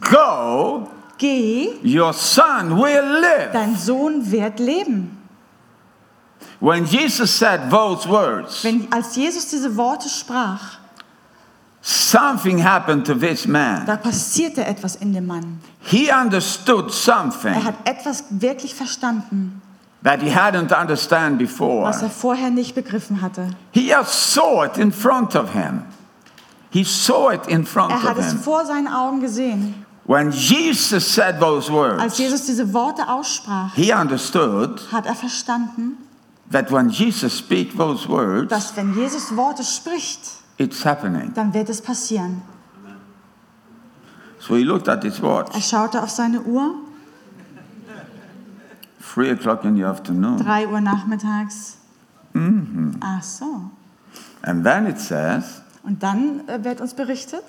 Speaker 1: Go,
Speaker 2: Geh,
Speaker 1: your son will live.
Speaker 2: dein Sohn wird leben.
Speaker 1: When Jesus said those words,
Speaker 2: Wenn, als Jesus diese Worte sprach,
Speaker 1: something happened to this man.
Speaker 2: da passierte etwas in dem Mann.
Speaker 1: He understood
Speaker 2: Er
Speaker 1: something
Speaker 2: hat etwas wirklich verstanden,
Speaker 1: that he hadn't understood before.
Speaker 2: was er vorher nicht begriffen hatte.
Speaker 1: He just saw it in front of him. He saw it in front
Speaker 2: Er hat
Speaker 1: of
Speaker 2: es
Speaker 1: him.
Speaker 2: vor seinen Augen gesehen.
Speaker 1: When Jesus said those
Speaker 2: Als
Speaker 1: words,
Speaker 2: Jesus diese Worte aussprach,
Speaker 1: he understood
Speaker 2: hat er verstanden,
Speaker 1: that when Jesus speaks those words,
Speaker 2: dass wenn Jesus Worte spricht,
Speaker 1: it's happening.
Speaker 2: dann wird es passieren.
Speaker 1: So he looked at his
Speaker 2: Er
Speaker 1: watch,
Speaker 2: schaute auf seine Uhr,
Speaker 1: three o'clock in the afternoon.
Speaker 2: 3 Uhr nachmittags. Ach so.
Speaker 1: And then it says
Speaker 2: Und dann äh, wird uns berichtet,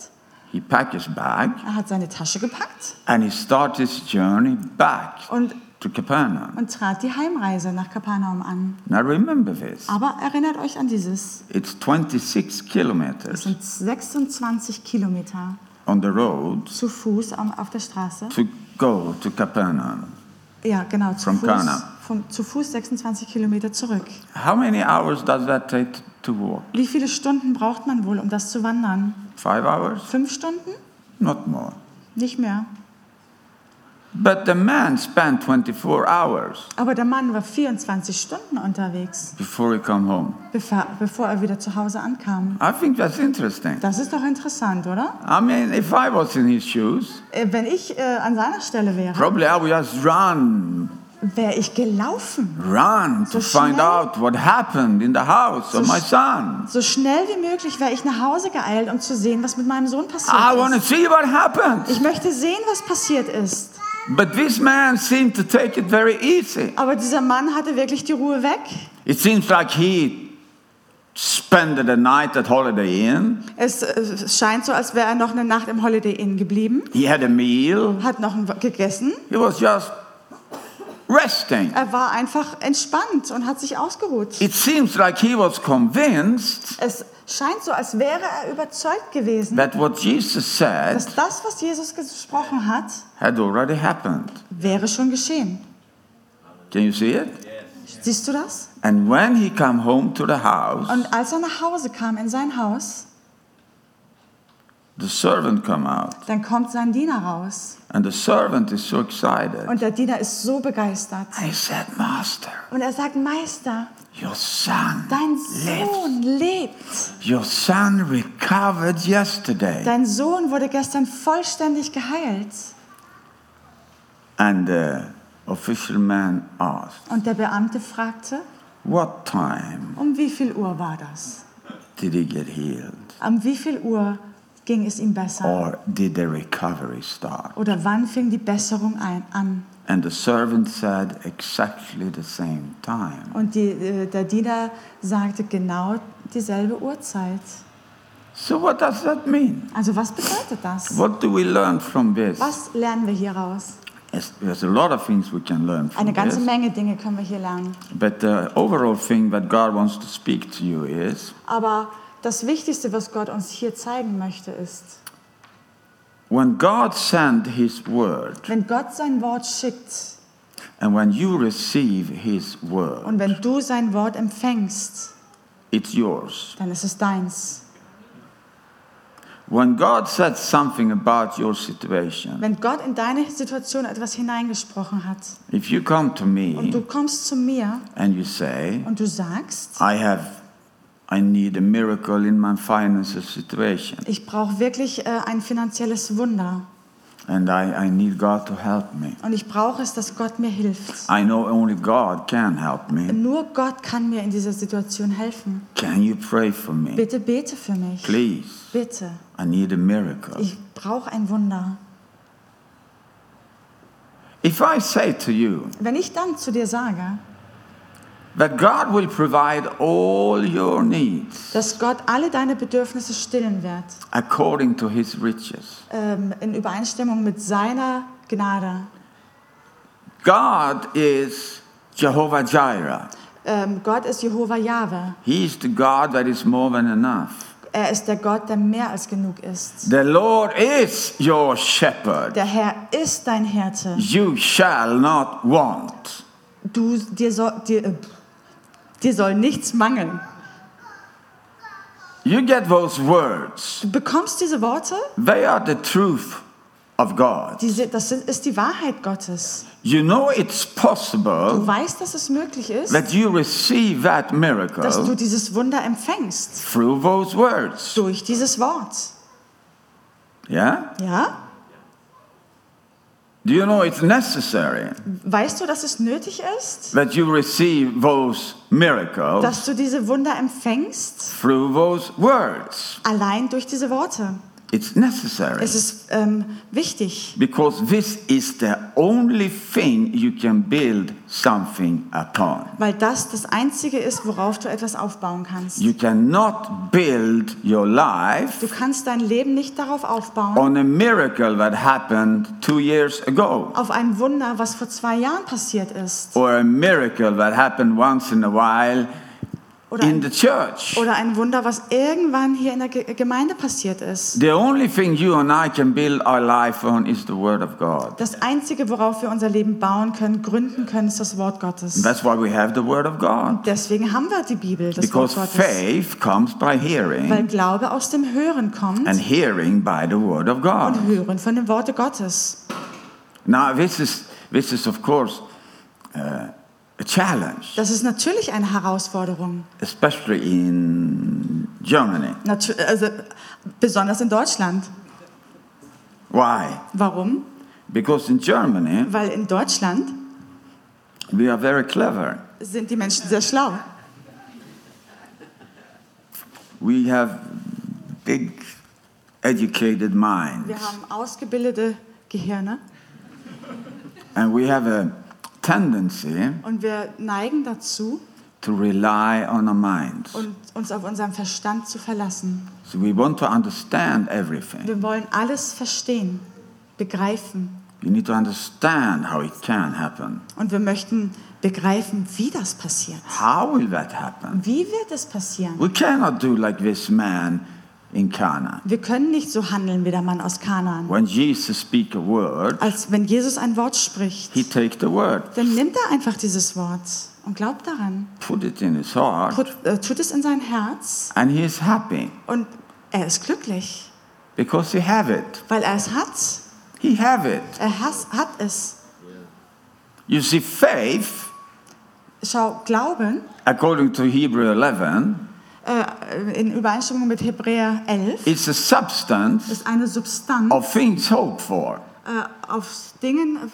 Speaker 1: he packed his bag
Speaker 2: er hat seine Tasche gepackt
Speaker 1: and he started his journey back
Speaker 2: und,
Speaker 1: to Capernaum.
Speaker 2: und trat die Heimreise nach Kapernaum an.
Speaker 1: Now remember this
Speaker 2: Aber erinnert euch an dieses.
Speaker 1: it's 26
Speaker 2: Es
Speaker 1: kilometers
Speaker 2: sind 26 Kilometer
Speaker 1: on the road
Speaker 2: zu Fuß am- auf der Straße.
Speaker 1: to go to Capernaum.
Speaker 2: Ja, genau, zu
Speaker 1: From
Speaker 2: Fuß.
Speaker 1: Kana.
Speaker 2: Von, zu Fuß 26 Kilometer zurück.
Speaker 1: How many hours does that take to walk?
Speaker 2: Wie viele Stunden braucht man wohl, um das zu wandern?
Speaker 1: Five hours?
Speaker 2: Fünf Stunden?
Speaker 1: Not more.
Speaker 2: Nicht mehr.
Speaker 1: But the man spent 24 hours
Speaker 2: Aber der Mann war 24 Stunden unterwegs,
Speaker 1: before he come home.
Speaker 2: bevor, bevor er wieder zu Hause ankam.
Speaker 1: I think that's interesting.
Speaker 2: Das ist doch interessant, oder?
Speaker 1: I mean, if I was in his shoes,
Speaker 2: Äh, Wenn ich äh, an seiner Stelle wäre,
Speaker 1: probably I would just run,
Speaker 2: wäre ich gelaufen.
Speaker 1: run to
Speaker 2: So
Speaker 1: find
Speaker 2: schnell.
Speaker 1: out what happened in the house of
Speaker 2: So
Speaker 1: my
Speaker 2: sch-
Speaker 1: son.
Speaker 2: So schnell wie möglich wäre ich nach Hause geeilt, um zu sehen, was mit meinem Sohn
Speaker 1: I want
Speaker 2: passiert
Speaker 1: to
Speaker 2: ist.
Speaker 1: see what happened.
Speaker 2: Ich möchte sehen, was passiert ist.
Speaker 1: But this man seemed to take it very easy.
Speaker 2: Aber dieser Mann hatte wirklich die Ruhe weg.
Speaker 1: It seems like he spent the night at Holiday Inn.
Speaker 2: Es äh, scheint so, als wäre er noch eine Nacht im Holiday Inn geblieben,
Speaker 1: He had a meal.
Speaker 2: hat noch ein- gegessen.
Speaker 1: He was just resting.
Speaker 2: Er war einfach entspannt und hat sich ausgeruht.
Speaker 1: It seems like he was convinced
Speaker 2: Es scheint so, als wäre er überzeugt gewesen,
Speaker 1: that what Jesus said
Speaker 2: dass das, was Jesus gesprochen hat,
Speaker 1: had already happened.
Speaker 2: wäre schon geschehen.
Speaker 1: Can you see it?
Speaker 2: Siehst du das?
Speaker 1: And when he come home to the house,
Speaker 2: Und als er nach Hause kam in sein Haus,
Speaker 1: the servant come out,
Speaker 2: dann kommt sein Diener raus.
Speaker 1: and the servant is so excited.
Speaker 2: Und der Diener ist so begeistert.
Speaker 1: And he said, "Master,
Speaker 2: Und er sagt, Meister,
Speaker 1: your son
Speaker 2: dein
Speaker 1: lives.
Speaker 2: Sohn lebt.
Speaker 1: Your son recovered yesterday."
Speaker 2: Dein Sohn wurde gestern vollständig geheilt.
Speaker 1: And the official man asked,
Speaker 2: Und der Beamte fragte,
Speaker 1: What time
Speaker 2: um wie viel Uhr war das?
Speaker 1: did he get healed?
Speaker 2: Um wie viel Uhr ging es ihm besser?
Speaker 1: Or did the recovery start?
Speaker 2: Oder wann fing die Besserung ein, an?
Speaker 1: And the servant said, Exactly the same time.
Speaker 2: Und die, äh, der Diener sagte genau dieselbe Uhrzeit.
Speaker 1: So, what does that mean?
Speaker 2: Also was bedeutet das?
Speaker 1: What do we learn from this?
Speaker 2: Was lernen wir hier raus?
Speaker 1: Yes, There's a lot of things we can learn from
Speaker 2: Eine ganze
Speaker 1: this.
Speaker 2: Menge Dinge können wir hier lernen.
Speaker 1: But the overall thing that God wants to speak to you is
Speaker 2: Aber das Wichtigste, was Gott uns hier zeigen möchte, ist,
Speaker 1: when God sent His word,
Speaker 2: wenn Gott sein Wort schickt
Speaker 1: and when you receive His word,
Speaker 2: und wenn du sein Wort empfängst,
Speaker 1: it's yours.
Speaker 2: dann ist es deins.
Speaker 1: When God said something about your situation,
Speaker 2: Wenn Gott in deine Situation etwas hineingesprochen hat
Speaker 1: If you come to
Speaker 2: und du
Speaker 1: me
Speaker 2: kommst zu mir
Speaker 1: and you say,
Speaker 2: und du sagst,
Speaker 1: I have, I need a miracle in my finances situation,
Speaker 2: ich brauche wirklich äh, ein finanzielles Wunder
Speaker 1: and I, I need God to help me.
Speaker 2: und ich brauche es, dass Gott mir hilft.
Speaker 1: I know only God can help me.
Speaker 2: Nur Gott kann mir in dieser Situation helfen.
Speaker 1: Can you pray for me?
Speaker 2: Bitte bete für mich.
Speaker 1: Please,
Speaker 2: Bitte.
Speaker 1: I need a miracle.
Speaker 2: Ich brauche ein Wunder.
Speaker 1: If I say to you
Speaker 2: Wenn ich dann zu dir sage,
Speaker 1: that God will provide all your needs
Speaker 2: dass Gott alle deine Bedürfnisse stillen wird,
Speaker 1: according to his riches,
Speaker 2: ähm, in Übereinstimmung mit seiner Gnade.
Speaker 1: God is Jehovah Jireh.
Speaker 2: Ähm, Gott ist Jehova Jahwe.
Speaker 1: He is the God that is more than enough.
Speaker 2: Er ist der Gott, der mehr als genug ist.
Speaker 1: The Lord is your shepherd.
Speaker 2: Der Herr ist dein Hirte.
Speaker 1: You shall not want.
Speaker 2: Du, dir, soll, dir, äh, dir soll nichts mangeln.
Speaker 1: You get those words.
Speaker 2: Du bekommst diese Worte,
Speaker 1: They are the truth of God.
Speaker 2: diese, das sind- ist die Wahrheit Gottes.
Speaker 1: You know it's
Speaker 2: Du
Speaker 1: possible
Speaker 2: weißt, dass es möglich ist,
Speaker 1: that you receive that
Speaker 2: dass du
Speaker 1: miracle
Speaker 2: dieses Wunder empfängst
Speaker 1: through those words.
Speaker 2: durch dieses Wort.
Speaker 1: Yeah?
Speaker 2: Ja?
Speaker 1: Do you know it's necessary
Speaker 2: Weißt du, dass es nötig ist,
Speaker 1: that you receive those miracles
Speaker 2: dass du diese Wunder empfängst?
Speaker 1: through those words?
Speaker 2: Allein durch diese Worte.
Speaker 1: It's necessary
Speaker 2: Es ist ähm, wichtig,
Speaker 1: because this is the only thing you can build something upon.
Speaker 2: weil das das Einzige ist, worauf du etwas aufbauen kannst.
Speaker 1: You cannot build your life
Speaker 2: Du kannst dein Leben nicht darauf aufbauen,
Speaker 1: on a miracle that happened two years ago,
Speaker 2: auf ein Wunder, was vor zwei Jahren passiert ist.
Speaker 1: or a miracle that happened once in a while
Speaker 2: Oder
Speaker 1: in
Speaker 2: ein,
Speaker 1: the church.
Speaker 2: oder ein Wunder, was irgendwann hier in der Ge Gemeinde passiert ist.
Speaker 1: The only thing you and I can build our life on is the Word of God.
Speaker 2: Das Einzige, worauf wir unser Leben bauen können, gründen können, ist das Wort Gottes.
Speaker 1: That's why we have the Word of God.
Speaker 2: Deswegen haben wir die Bibel, das
Speaker 1: Because
Speaker 2: Wort Gottes.
Speaker 1: faith comes by
Speaker 2: Weil
Speaker 1: hearing,
Speaker 2: Glaube aus dem Hören kommt
Speaker 1: and hearing by the Word of God.
Speaker 2: und Hören von dem Worte Gottes.
Speaker 1: Now, this is, this is of course, uh, a challenge,
Speaker 2: Das ist natürlich eine Herausforderung.
Speaker 1: especially in Germany.
Speaker 2: Natu also, besonders in Deutschland.
Speaker 1: Why?
Speaker 2: Warum?
Speaker 1: Because in Germany,
Speaker 2: Weil in Deutschland
Speaker 1: we are very clever.
Speaker 2: sind die Menschen sehr schlau.
Speaker 1: We have big, educated minds.
Speaker 2: Wir haben ausgebildete Gehirne
Speaker 1: And we have a tendency
Speaker 2: und wir neigen dazu,
Speaker 1: to rely on our minds.
Speaker 2: und uns auf unseren Verstand zu verlassen.
Speaker 1: So we want to understand everything.
Speaker 2: Wir wollen alles verstehen, begreifen
Speaker 1: We need to understand how it can happen.
Speaker 2: und wir möchten begreifen, wie das passiert.
Speaker 1: How will that happen?
Speaker 2: Wie wird es passieren?
Speaker 1: We cannot do like this man in Cana.
Speaker 2: Wir können nicht so handeln wie der Mann aus Kanaan.
Speaker 1: When Jesus speak a word,
Speaker 2: Als wenn Jesus ein Wort spricht,
Speaker 1: he take the word,
Speaker 2: dann nimmt er einfach dieses Wort und glaubt daran,
Speaker 1: put it in his heart,
Speaker 2: put, äh, tut es in sein Herz
Speaker 1: and he is happy
Speaker 2: und er ist glücklich,
Speaker 1: because he have it.
Speaker 2: weil er es hat.
Speaker 1: He have it.
Speaker 2: Er has, hat es.
Speaker 1: You see, faith,
Speaker 2: Schau, Glauben
Speaker 1: according to Hebrew 11,
Speaker 2: äh, in Übereinstimmung mit Hebräer 11
Speaker 1: is a substance
Speaker 2: ist eine Substanz,
Speaker 1: of things hoped for,
Speaker 2: äh, auf Dingen, auf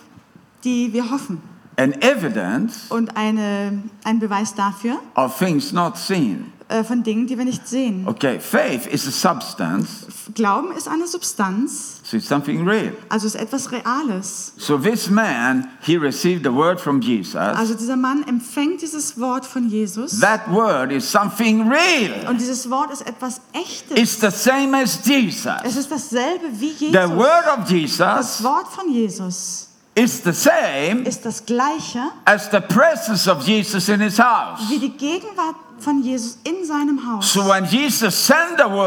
Speaker 2: die wir hoffen.
Speaker 1: an evidence
Speaker 2: Und eine, ein Beweis dafür,
Speaker 1: of things not seen.
Speaker 2: äh, von Dingen, die wir nicht sehen.
Speaker 1: Okay, faith is a substance,
Speaker 2: Glauben ist eine Substanz,
Speaker 1: so it's something real.
Speaker 2: also ist etwas Reales.
Speaker 1: So this man, he received a word from Jesus.
Speaker 2: Also dieser Mann empfängt dieses Wort von Jesus.
Speaker 1: That word is something real.
Speaker 2: Und dieses Wort ist etwas Echtes.
Speaker 1: It's the same as
Speaker 2: Es
Speaker 1: Jesus.
Speaker 2: ist dasselbe wie
Speaker 1: The
Speaker 2: Jesus.
Speaker 1: word of
Speaker 2: Das
Speaker 1: Jesus
Speaker 2: Wort von Jesus
Speaker 1: is the same
Speaker 2: ist das gleiche
Speaker 1: as the presence of Jesus in his house.
Speaker 2: wie die Gegenwart von Jesus in seinem Haus.
Speaker 1: So when Jesus sent the
Speaker 2: Also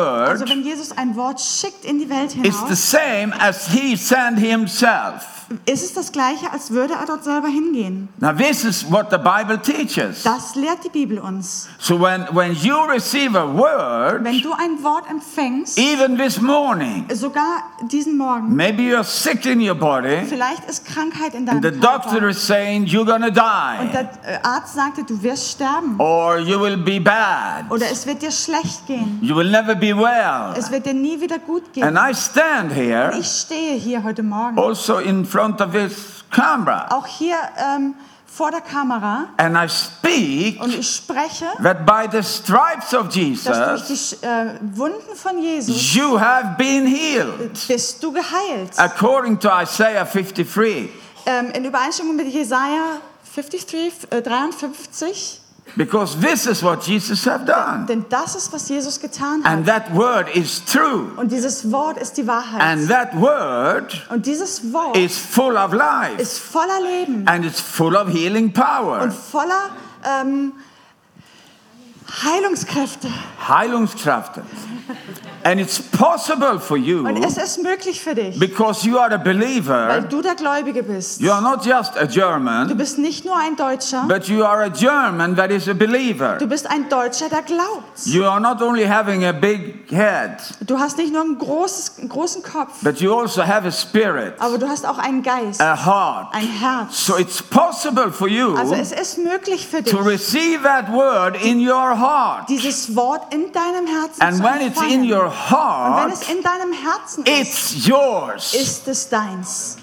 Speaker 1: word,
Speaker 2: wenn Jesus ein Wort schickt in die Welt
Speaker 1: it's the
Speaker 2: hinaus,
Speaker 1: same as he sent himself.
Speaker 2: ist es das gleiche, als würde er dort selber hingehen.
Speaker 1: Now this is what the Bible teaches.
Speaker 2: Das lehrt die Bibel uns.
Speaker 1: So when, when you receive a word,
Speaker 2: Wenn du ein Wort empfängst,
Speaker 1: even this morning,
Speaker 2: sogar diesen Morgen,
Speaker 1: maybe you're sick in your body,
Speaker 2: vielleicht ist Krankheit in
Speaker 1: and
Speaker 2: deinem
Speaker 1: the doctor
Speaker 2: Körper
Speaker 1: is saying you're gonna
Speaker 2: und
Speaker 1: die,
Speaker 2: der äh, Arzt sagte, du wirst sterben
Speaker 1: or you will be bad,
Speaker 2: oder es wird dir schlecht gehen,
Speaker 1: you will never be well.
Speaker 2: es wird dir nie wieder gut gehen.
Speaker 1: And I stand here,
Speaker 2: Ich stehe hier heute Morgen,
Speaker 1: also in front of this camera,
Speaker 2: auch hier ähm, vor der Kamera
Speaker 1: and I speak
Speaker 2: und ich spreche,
Speaker 1: that by the stripes of
Speaker 2: dass durch
Speaker 1: Jesus,
Speaker 2: die äh, Wunden von Jesus
Speaker 1: you have been healed.
Speaker 2: bist du geheilt.
Speaker 1: According to Isaiah 53,
Speaker 2: Ähm, in Übereinstimmung mit Jesaja 53, äh, 53,
Speaker 1: because this is what Jesus have done.
Speaker 2: denn das ist, was Jesus getan hat.
Speaker 1: And that word is true.
Speaker 2: Und dieses Wort ist die
Speaker 1: And
Speaker 2: Wahrheit.
Speaker 1: that word
Speaker 2: Und dieses Wort
Speaker 1: is full of life.
Speaker 2: ist voller Leben
Speaker 1: And it's full of healing power.
Speaker 2: und voller ähm, Heilungskräfte.
Speaker 1: Heilungskraften. And it's possible for
Speaker 2: Und
Speaker 1: you
Speaker 2: es ist möglich für dich,
Speaker 1: because you are a
Speaker 2: weil
Speaker 1: believer.
Speaker 2: du der Gläubige bist.
Speaker 1: You are not just a
Speaker 2: Du
Speaker 1: German,
Speaker 2: bist nicht nur ein Deutscher,
Speaker 1: but you are a German that is a believer.
Speaker 2: du bist ein Deutscher, der glaubt.
Speaker 1: You are not only having a big head,
Speaker 2: Du hast nicht nur ein großes, einen großen Kopf,
Speaker 1: but you also have a spirit,
Speaker 2: aber du hast auch einen Geist,
Speaker 1: a heart.
Speaker 2: ein Herz.
Speaker 1: So it's possible for you
Speaker 2: Also es ist möglich für dich,
Speaker 1: to receive that word in your heart.
Speaker 2: dieses Wort in deinem Herzen
Speaker 1: And
Speaker 2: zu
Speaker 1: when it's in
Speaker 2: empfangen.
Speaker 1: your
Speaker 2: Und wenn
Speaker 1: heart,
Speaker 2: es in deinem Herzen ist,
Speaker 1: It's yours.
Speaker 2: ist es deins.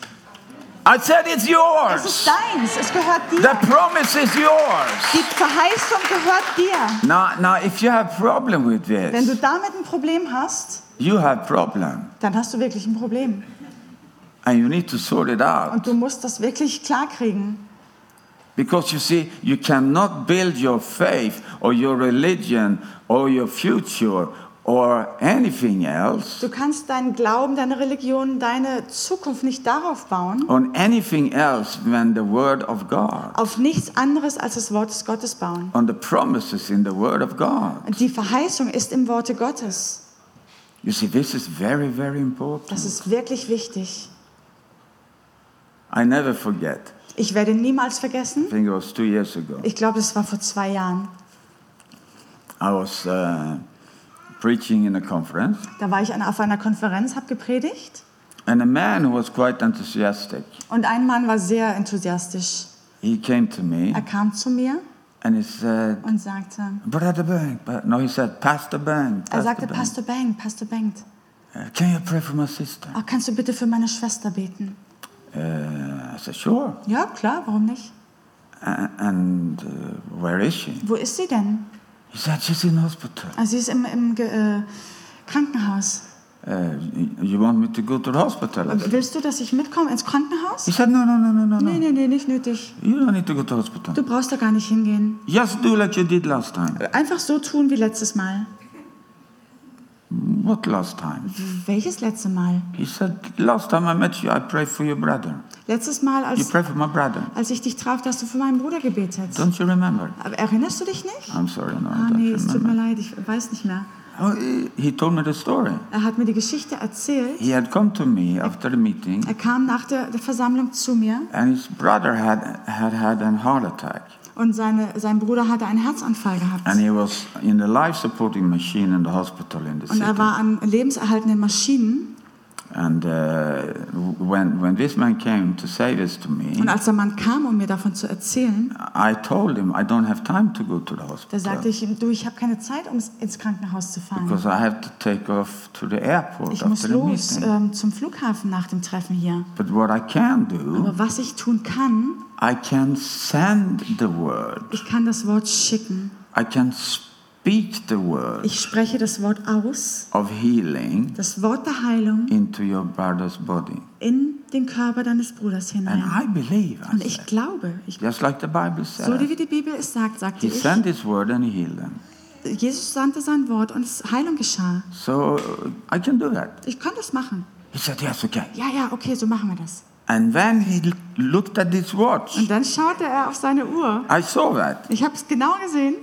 Speaker 1: I said it's
Speaker 2: Es ist
Speaker 1: yours.
Speaker 2: deins, es gehört dir.
Speaker 1: The promise is yours.
Speaker 2: Die Verheißung gehört dir.
Speaker 1: Now, now, if you have problem with
Speaker 2: Wenn du
Speaker 1: this,
Speaker 2: damit ein Problem hast,
Speaker 1: you have problem,
Speaker 2: dann hast du wirklich ein Problem.
Speaker 1: and you need to sort it out.
Speaker 2: Und du musst das wirklich klarkriegen.
Speaker 1: Because you see, you cannot build your faith or your religion or your future or anything else,
Speaker 2: Du kannst deinen Glauben, deine Religion, deine Zukunft nicht darauf bauen,
Speaker 1: on anything else than the Word of God,
Speaker 2: auf nichts anderes als das Wort des Gottes bauen.
Speaker 1: on the promises in the Word of God.
Speaker 2: Und die Verheißung ist im Worte Gottes.
Speaker 1: You see, this is very, very important.
Speaker 2: Das ist wirklich wichtig.
Speaker 1: I never forget.
Speaker 2: Ich werde niemals
Speaker 1: I
Speaker 2: vergessen,
Speaker 1: think it was two years ago.
Speaker 2: ich glaube, das war vor zwei Jahren,
Speaker 1: I was uh, preaching in a conference,
Speaker 2: da war ich an- auf einer Konferenz, habe gepredigt
Speaker 1: and a man who was quite enthusiastic,
Speaker 2: und ein Mann war sehr enthusiastisch.
Speaker 1: he came to me
Speaker 2: Er kam zu mir
Speaker 1: and he said,
Speaker 2: und sagte,
Speaker 1: Brother Bank, but no, he said, Pastor Bank, Pastor
Speaker 2: er sagte,
Speaker 1: Bank,
Speaker 2: Pastor Bengt, Pastor Bengt,
Speaker 1: uh, can you pray for my sister?
Speaker 2: oh, kannst du bitte für meine Schwester beten?
Speaker 1: Uh, I said, sure.
Speaker 2: Ja, klar, warum nicht?
Speaker 1: A- and uh, where is she?
Speaker 2: Wo ist sie denn?
Speaker 1: He said, she's in hospital.
Speaker 2: Ah, Sie ist im, im Ge- äh, Krankenhaus.
Speaker 1: Uh, y- you want me to go to the hospital? I said,
Speaker 2: Willst du, dass ich mitkomme ins
Speaker 1: He
Speaker 2: Krankenhaus?
Speaker 1: said, no, no, no, no, no,
Speaker 2: Nee,
Speaker 1: no.
Speaker 2: nee, nee, nicht nötig.
Speaker 1: You don't need to go to hospital.
Speaker 2: Du brauchst da gar nicht hingehen.
Speaker 1: Just do like you did last time.
Speaker 2: Einfach so tun wie letztes Mal.
Speaker 1: What last time?
Speaker 2: Welches letzte Mal?
Speaker 1: He said, last time I met you, I prayed for your brother.
Speaker 2: Letztes Mal,
Speaker 1: You
Speaker 2: als,
Speaker 1: pray for my brother.
Speaker 2: als ich dich traf, da hast du für meinen Bruder gebetet.
Speaker 1: Don't you remember?
Speaker 2: Aber erinnerst du dich nicht?
Speaker 1: I'm sorry, no,
Speaker 2: Ah,
Speaker 1: I don't
Speaker 2: nee, es tut mir
Speaker 1: remember.
Speaker 2: leid, ich weiß nicht mehr.
Speaker 1: Oh, he- he told me the story.
Speaker 2: Er hat mir die Geschichte erzählt.
Speaker 1: He had come to me after the meeting,
Speaker 2: Er kam nach der, der Versammlung zu mir
Speaker 1: and his brother had had, had a heart attack.
Speaker 2: und seine, sein Bruder hatte einen Herzanfall gehabt.
Speaker 1: And he was in the life supporting machine in the hospital in the
Speaker 2: Und er
Speaker 1: city.
Speaker 2: war an lebenserhaltenden Maschinen.
Speaker 1: And uh, when, when this man came to say this to me,
Speaker 2: Und als der Mann kam, um mir davon zu erzählen,
Speaker 1: I told him I don't have time to go to the
Speaker 2: Da
Speaker 1: hospital
Speaker 2: sagte ich ihm, du, ich habe keine Zeit, um ins Krankenhaus zu fahren.
Speaker 1: because I have to take off to the airport
Speaker 2: Ich muss
Speaker 1: after the
Speaker 2: los äh.
Speaker 1: meeting.
Speaker 2: ähm, zum Flughafen nach dem Treffen hier.
Speaker 1: But what I can do,
Speaker 2: Aber was ich tun kann,
Speaker 1: I can send the word.
Speaker 2: ich kann das Wort schicken.
Speaker 1: I can speak the word
Speaker 2: Ich spreche das Wort aus,
Speaker 1: of healing
Speaker 2: das Wort der Heilung
Speaker 1: into your brother's body.
Speaker 2: in den Körper deines Bruders
Speaker 1: And
Speaker 2: hinein.
Speaker 1: I believe, I
Speaker 2: Und ich
Speaker 1: said,
Speaker 2: glaube, ich,
Speaker 1: just like the Bible
Speaker 2: so
Speaker 1: says,
Speaker 2: wie die Bibel es sagt,
Speaker 1: he
Speaker 2: sagte ich,
Speaker 1: sent his word and he healed them.
Speaker 2: Jesus sandte sein Wort und es- Heilung geschah.
Speaker 1: So uh, I can do that.
Speaker 2: Ich kann das machen.
Speaker 1: He said, yes, okay.
Speaker 2: Ja, ja, okay, so machen wir das.
Speaker 1: And then he l- looked at his watch.
Speaker 2: Und dann schaute er auf seine Uhr.
Speaker 1: I saw that.
Speaker 2: Ich habe es genau gesehen.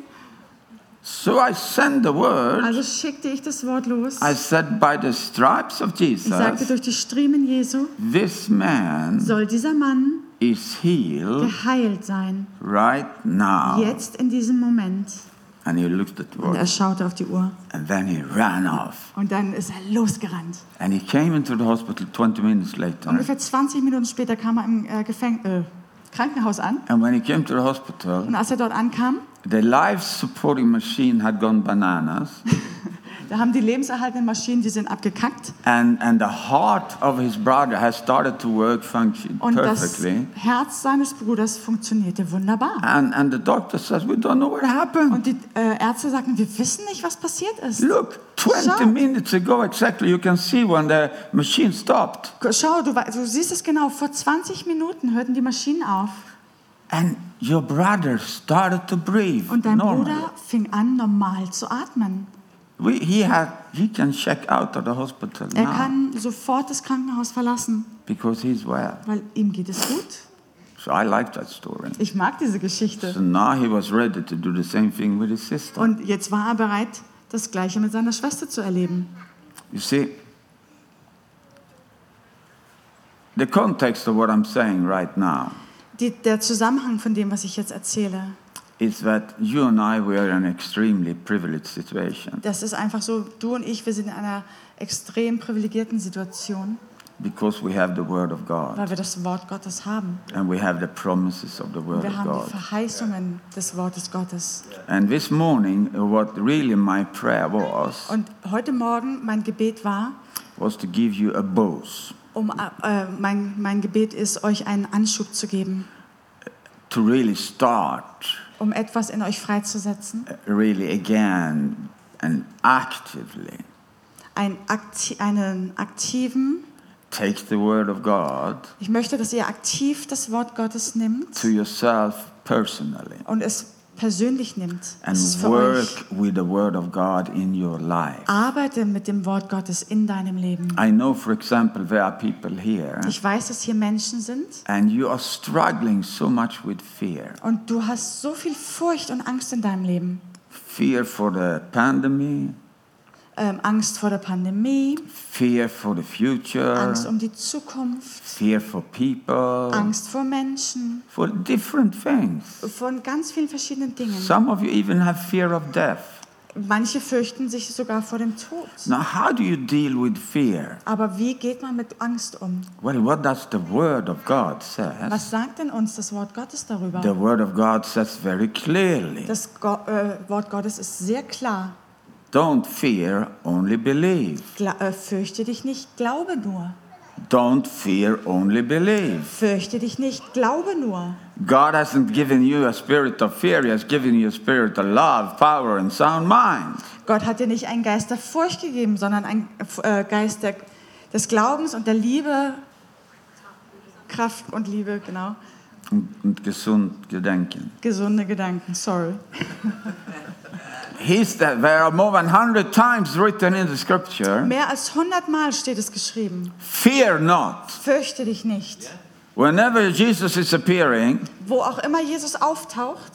Speaker 1: So I sent the word.
Speaker 2: Also schickte ich das Wort los.
Speaker 1: I said, by the stripes of
Speaker 2: Ich sagte,
Speaker 1: Jesus,
Speaker 2: durch die Striemen Jesu
Speaker 1: this man
Speaker 2: soll dieser Mann
Speaker 1: is healed
Speaker 2: geheilt sein.
Speaker 1: right now.
Speaker 2: Jetzt in diesem Moment.
Speaker 1: And he looked at the
Speaker 2: Ah. Und er
Speaker 1: watch.
Speaker 2: schaute auf die Uhr.
Speaker 1: And then he ran off.
Speaker 2: Und dann ist er losgerannt.
Speaker 1: And he came into the hospital 20 minutes later.
Speaker 2: Ungefähr 20 Minuten später kam er im äh, Gefäng äh, Krankenhaus an.
Speaker 1: And when he came to the hospital,
Speaker 2: Und als er dort ankam,
Speaker 1: the life supporting machine had gone bananas.
Speaker 2: da haben die lebenserhaltenden Maschinen, die sind abgekackt.
Speaker 1: And, and the heart of his brother has started to work function
Speaker 2: Und das
Speaker 1: perfectly.
Speaker 2: Herz seines Bruders funktionierte wunderbar.
Speaker 1: And, and the doctor says, We don't know what happened.
Speaker 2: Und die äh, Ärzte sagten, wir wissen nicht, was passiert ist.
Speaker 1: Look, 20
Speaker 2: Shock.
Speaker 1: minutes ago exactly, you can see when the machine stopped.
Speaker 2: Schau, du, wei- du siehst es genau. Vor 20 Minuten hörten die Maschinen auf.
Speaker 1: And your brother started to breathe.
Speaker 2: Und dein
Speaker 1: normally.
Speaker 2: Bruder fing an, normal zu atmen.
Speaker 1: We, he, had, he can check out of the hospital
Speaker 2: Er
Speaker 1: now
Speaker 2: kann sofort das Krankenhaus verlassen,
Speaker 1: because he's well.
Speaker 2: weil ihm geht es gut.
Speaker 1: So I like that story.
Speaker 2: Ich mag diese
Speaker 1: So
Speaker 2: Geschichte.
Speaker 1: now he was ready to do the same thing with his sister.
Speaker 2: Und jetzt war er bereit, das Gleiche mit seiner Schwester zu erleben.
Speaker 1: You see, the context of what I'm saying right now
Speaker 2: Die, der Zusammenhang von dem, was ich jetzt erzähle,
Speaker 1: is that you and I, we are in an extremely privileged situation
Speaker 2: das ist einfach so, du und ich, wir sind in einer extrem privilegierten Situation,
Speaker 1: because we have the Word of God
Speaker 2: weil wir das Wort Gottes haben.
Speaker 1: and we have the promises of the Word
Speaker 2: Wir
Speaker 1: of
Speaker 2: haben die
Speaker 1: God.
Speaker 2: Verheißungen des Wortes Gottes.
Speaker 1: And this morning, what really my prayer was,
Speaker 2: Und heute Morgen, mein Gebet war,
Speaker 1: was to give you a boost,
Speaker 2: um, äh, mein, mein Gebet ist, euch einen Anschub zu geben,
Speaker 1: to really start,
Speaker 2: um etwas in euch freizusetzen.
Speaker 1: uh, really again and actively
Speaker 2: ein akti einen aktiven.
Speaker 1: take the Word of God
Speaker 2: Ich möchte, dass ihr aktiv das Wort Gottes nimmt
Speaker 1: to yourself personally.
Speaker 2: und es persönlich nimmt.
Speaker 1: and
Speaker 2: Das ist für euch.
Speaker 1: work with the Word of God in your life.
Speaker 2: Um, Arbeite mit dem Wort Gottes in deinem Leben.
Speaker 1: I know, for example, there are people here,
Speaker 2: Ich weiß, dass hier Menschen sind
Speaker 1: and you are struggling so much with fear
Speaker 2: und du hast so viel Furcht und Angst in deinem Leben.
Speaker 1: fear for the pandemic,
Speaker 2: Ähm, Angst vor der Pandemie,
Speaker 1: fear for the future,
Speaker 2: Angst um die Zukunft,
Speaker 1: fear for people,
Speaker 2: Angst vor Menschen,
Speaker 1: for different things.
Speaker 2: von ganz vielen verschiedenen Dingen.
Speaker 1: Some of you even have fear of death.
Speaker 2: Manche fürchten sich sogar vor dem Tod.
Speaker 1: Now, how do you deal with fear?
Speaker 2: Aber wie geht man mit Angst um?
Speaker 1: Well, what does the Word of God says?
Speaker 2: Was sagt denn uns das Wort Gottes darüber?
Speaker 1: The Word of God says very clearly.
Speaker 2: Das Go äh, Wort Gottes ist sehr klar.
Speaker 1: Don't fear, only believe.
Speaker 2: Gla äh, fürchte dich nicht, glaube nur.
Speaker 1: Don't fear, only believe.
Speaker 2: Fürchte dich nicht, glaube nur.
Speaker 1: God hasn't given you a spirit of fear, He has given you a spirit of love, power, and sound mind.
Speaker 2: Gott hat dir nicht einen Geist der Furcht gegeben, sondern einen äh, Geist der, des Glaubens und der Liebe, Kraft und Liebe, genau.
Speaker 1: Und und gesund gedenken.
Speaker 2: Gesunde Gedanken, sorry.
Speaker 1: He's that there are more than 100 times written in the scripture
Speaker 2: Mehr als 100 Mal steht es geschrieben.
Speaker 1: fear not.
Speaker 2: Fürchte dich nicht.
Speaker 1: Whenever Jesus is appearing,
Speaker 2: Wo auch immer Jesus auftaucht,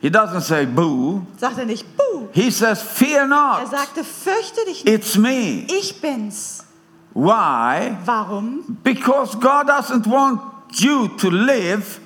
Speaker 1: He doesn't say boo,
Speaker 2: sagt er nicht, buh.
Speaker 1: He says fear
Speaker 2: Er
Speaker 1: not.
Speaker 2: sagte, fürchte dich nicht.
Speaker 1: It's me.
Speaker 2: Ich bin's.
Speaker 1: Why?
Speaker 2: Warum?
Speaker 1: Because God doesn't want you to live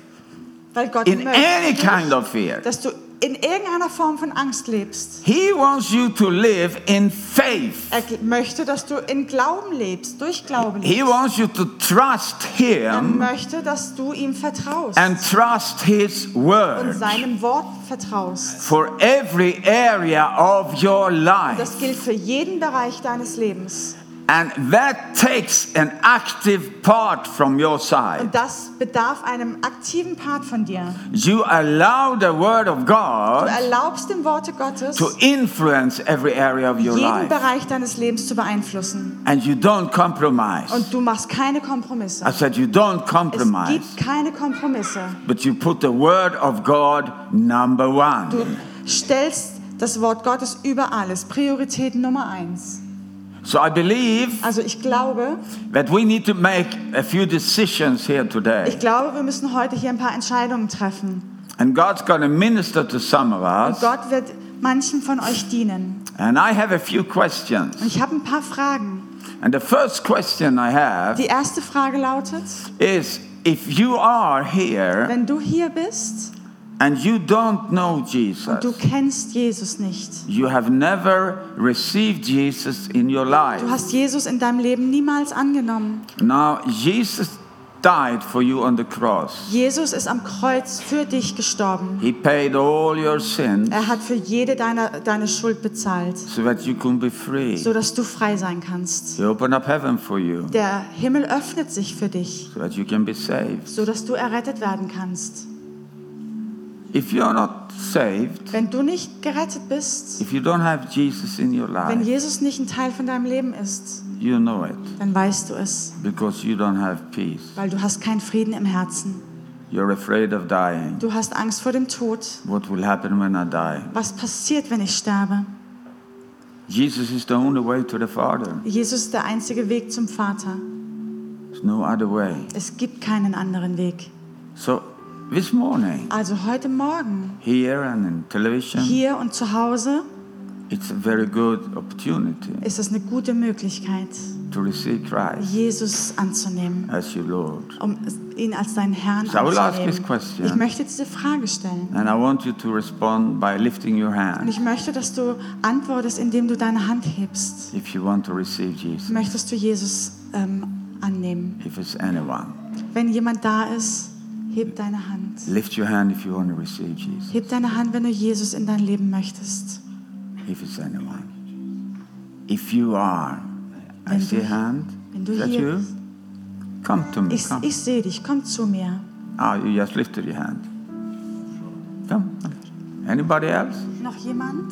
Speaker 2: Weil Gott
Speaker 1: in
Speaker 2: möchte
Speaker 1: any
Speaker 2: nicht,
Speaker 1: kind of fear.
Speaker 2: dass du in irgendeiner Form von Angst lebst.
Speaker 1: He wants you to live in faith.
Speaker 2: Er gl- möchte, dass du in Glauben lebst, durch Glauben lebst.
Speaker 1: He wants you to trust
Speaker 2: Er
Speaker 1: Him
Speaker 2: möchte, dass du ihm vertraust
Speaker 1: and trust His
Speaker 2: und
Speaker 1: Word
Speaker 2: seinem Wort vertraust.
Speaker 1: for every area of your
Speaker 2: Das
Speaker 1: life.
Speaker 2: gilt für jeden Bereich deines Lebens.
Speaker 1: And that takes an active part from your side.
Speaker 2: Und das bedarf einem aktiven Part von dir.
Speaker 1: You allow the Word of
Speaker 2: Du
Speaker 1: God
Speaker 2: erlaubst dem Worte Gottes,
Speaker 1: to influence every area of your
Speaker 2: jeden
Speaker 1: life.
Speaker 2: Bereich deines Lebens zu beeinflussen.
Speaker 1: And you don't compromise.
Speaker 2: Und du machst keine
Speaker 1: I
Speaker 2: Kompromisse.
Speaker 1: said, you don't
Speaker 2: Es
Speaker 1: compromise,
Speaker 2: gibt keine Kompromisse.
Speaker 1: but you put the Word of God number one.
Speaker 2: Du stellst das Wort Gottes über alles. Priorität Nummer eins.
Speaker 1: So I believe
Speaker 2: Also ich glaube,
Speaker 1: that we need to make a few decisions here
Speaker 2: ich
Speaker 1: today.
Speaker 2: glaube, wir müssen heute hier ein paar Entscheidungen treffen.
Speaker 1: And God's going to minister to some of us.
Speaker 2: Gott wird manchen von euch dienen.
Speaker 1: And I have a few questions.
Speaker 2: Und ich habe ein paar Fragen.
Speaker 1: And the first question I have
Speaker 2: Die erste Frage lautet,
Speaker 1: is if you are here
Speaker 2: wenn du hier bist
Speaker 1: and you don't know
Speaker 2: und du
Speaker 1: Jesus,
Speaker 2: kennst Jesus nicht,
Speaker 1: you have never received Jesus in your
Speaker 2: du
Speaker 1: life.
Speaker 2: hast Jesus in deinem Leben niemals angenommen.
Speaker 1: Now, Jesus died for you on the cross,
Speaker 2: Jesus ist am Kreuz für dich gestorben.
Speaker 1: He paid all your sins
Speaker 2: Er hat für jede deiner, deine Schuld bezahlt,
Speaker 1: so that you can be free.
Speaker 2: sodass du frei sein kannst.
Speaker 1: He opened up heaven for you
Speaker 2: Der Himmel öffnet sich für dich,
Speaker 1: so that you can be saved.
Speaker 2: sodass du errettet werden kannst.
Speaker 1: If you're not saved,
Speaker 2: Wenn du nicht gerettet bist,
Speaker 1: if you don't have Jesus in your
Speaker 2: wenn
Speaker 1: life,
Speaker 2: Jesus nicht ein Teil von deinem Leben ist,
Speaker 1: you know it
Speaker 2: dann weißt du es,
Speaker 1: because you don't have peace.
Speaker 2: weil du hast keinen Frieden im Herzen.
Speaker 1: You're afraid of dying.
Speaker 2: Du hast Angst vor dem Tod.
Speaker 1: What will happen when I die?
Speaker 2: Was passiert, wenn ich sterbe?
Speaker 1: Jesus is the only way to the Father.
Speaker 2: Jesus ist der einzige Weg zum Vater.
Speaker 1: There's no other way.
Speaker 2: Es gibt keinen anderen Weg.
Speaker 1: So, this morning,
Speaker 2: Also heute Morgen,
Speaker 1: here and in television,
Speaker 2: hier und zu Hause,
Speaker 1: it's a very good opportunity
Speaker 2: ist es eine gute Möglichkeit,
Speaker 1: to receive Christ
Speaker 2: Jesus anzunehmen,
Speaker 1: as your Lord.
Speaker 2: um ihn als deinen Herrn
Speaker 1: So I will ask this
Speaker 2: anzunehmen.
Speaker 1: question.
Speaker 2: Ich möchte diese Frage stellen.
Speaker 1: And I want you to respond by lifting your
Speaker 2: Und
Speaker 1: hand
Speaker 2: ich möchte, dass du antwortest, indem du deine Hand hebst.
Speaker 1: if you want to receive Jesus,
Speaker 2: Möchtest du Jesus ähm, annehmen?
Speaker 1: if it's anyone.
Speaker 2: Wenn jemand da ist, heb deine Hand.
Speaker 1: Lift your hand if you want to receive Jesus.
Speaker 2: Heb deine Hand, wenn du Jesus in dein Leben möchtest.
Speaker 1: if it's anyone. If you are, I
Speaker 2: Wenn
Speaker 1: see
Speaker 2: du-
Speaker 1: a hand.
Speaker 2: wenn du
Speaker 1: Is that
Speaker 2: hier
Speaker 1: you?
Speaker 2: bist.
Speaker 1: Come to me.
Speaker 2: Ich,
Speaker 1: Come.
Speaker 2: ich sehe dich, komm zu mir.
Speaker 1: Ah, you just lifted your hand. Come. come. Anybody else
Speaker 2: Noch jemand?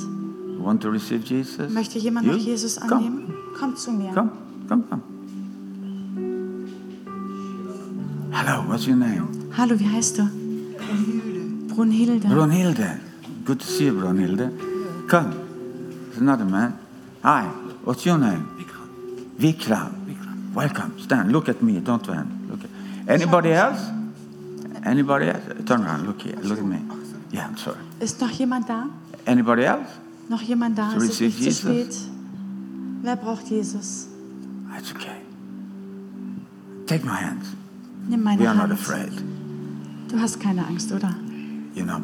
Speaker 1: who want to receive Jesus?
Speaker 2: Möchte jemand
Speaker 1: You?
Speaker 2: noch Jesus
Speaker 1: Come.
Speaker 2: annehmen? Komm zu mir.
Speaker 1: Come. Come. Come. Hello. What's your name?
Speaker 2: Hallo, wie heißt du? Brunhilde.
Speaker 1: Brunhilde. Good to see you, Brunhilde. Come. There's another man. Hi. What's your name? Vikram. Vikram. Welcome. Stand. Look at me. Don't turn. Look. At... Anybody else? Anybody else? Turn around. Look here. Look at me. Yeah, I'm sorry.
Speaker 2: Ist noch jemand da?
Speaker 1: Anybody else?
Speaker 2: Noch jemand da?
Speaker 1: So
Speaker 2: Es ist
Speaker 1: receive
Speaker 2: nicht zu
Speaker 1: Jesus.
Speaker 2: spät. Wer braucht Jesus?
Speaker 1: That's okay. Take my hand.
Speaker 2: Nimm meine
Speaker 1: We are not
Speaker 2: Hand.
Speaker 1: afraid.
Speaker 2: Du hast keine Angst, oder?
Speaker 1: You know,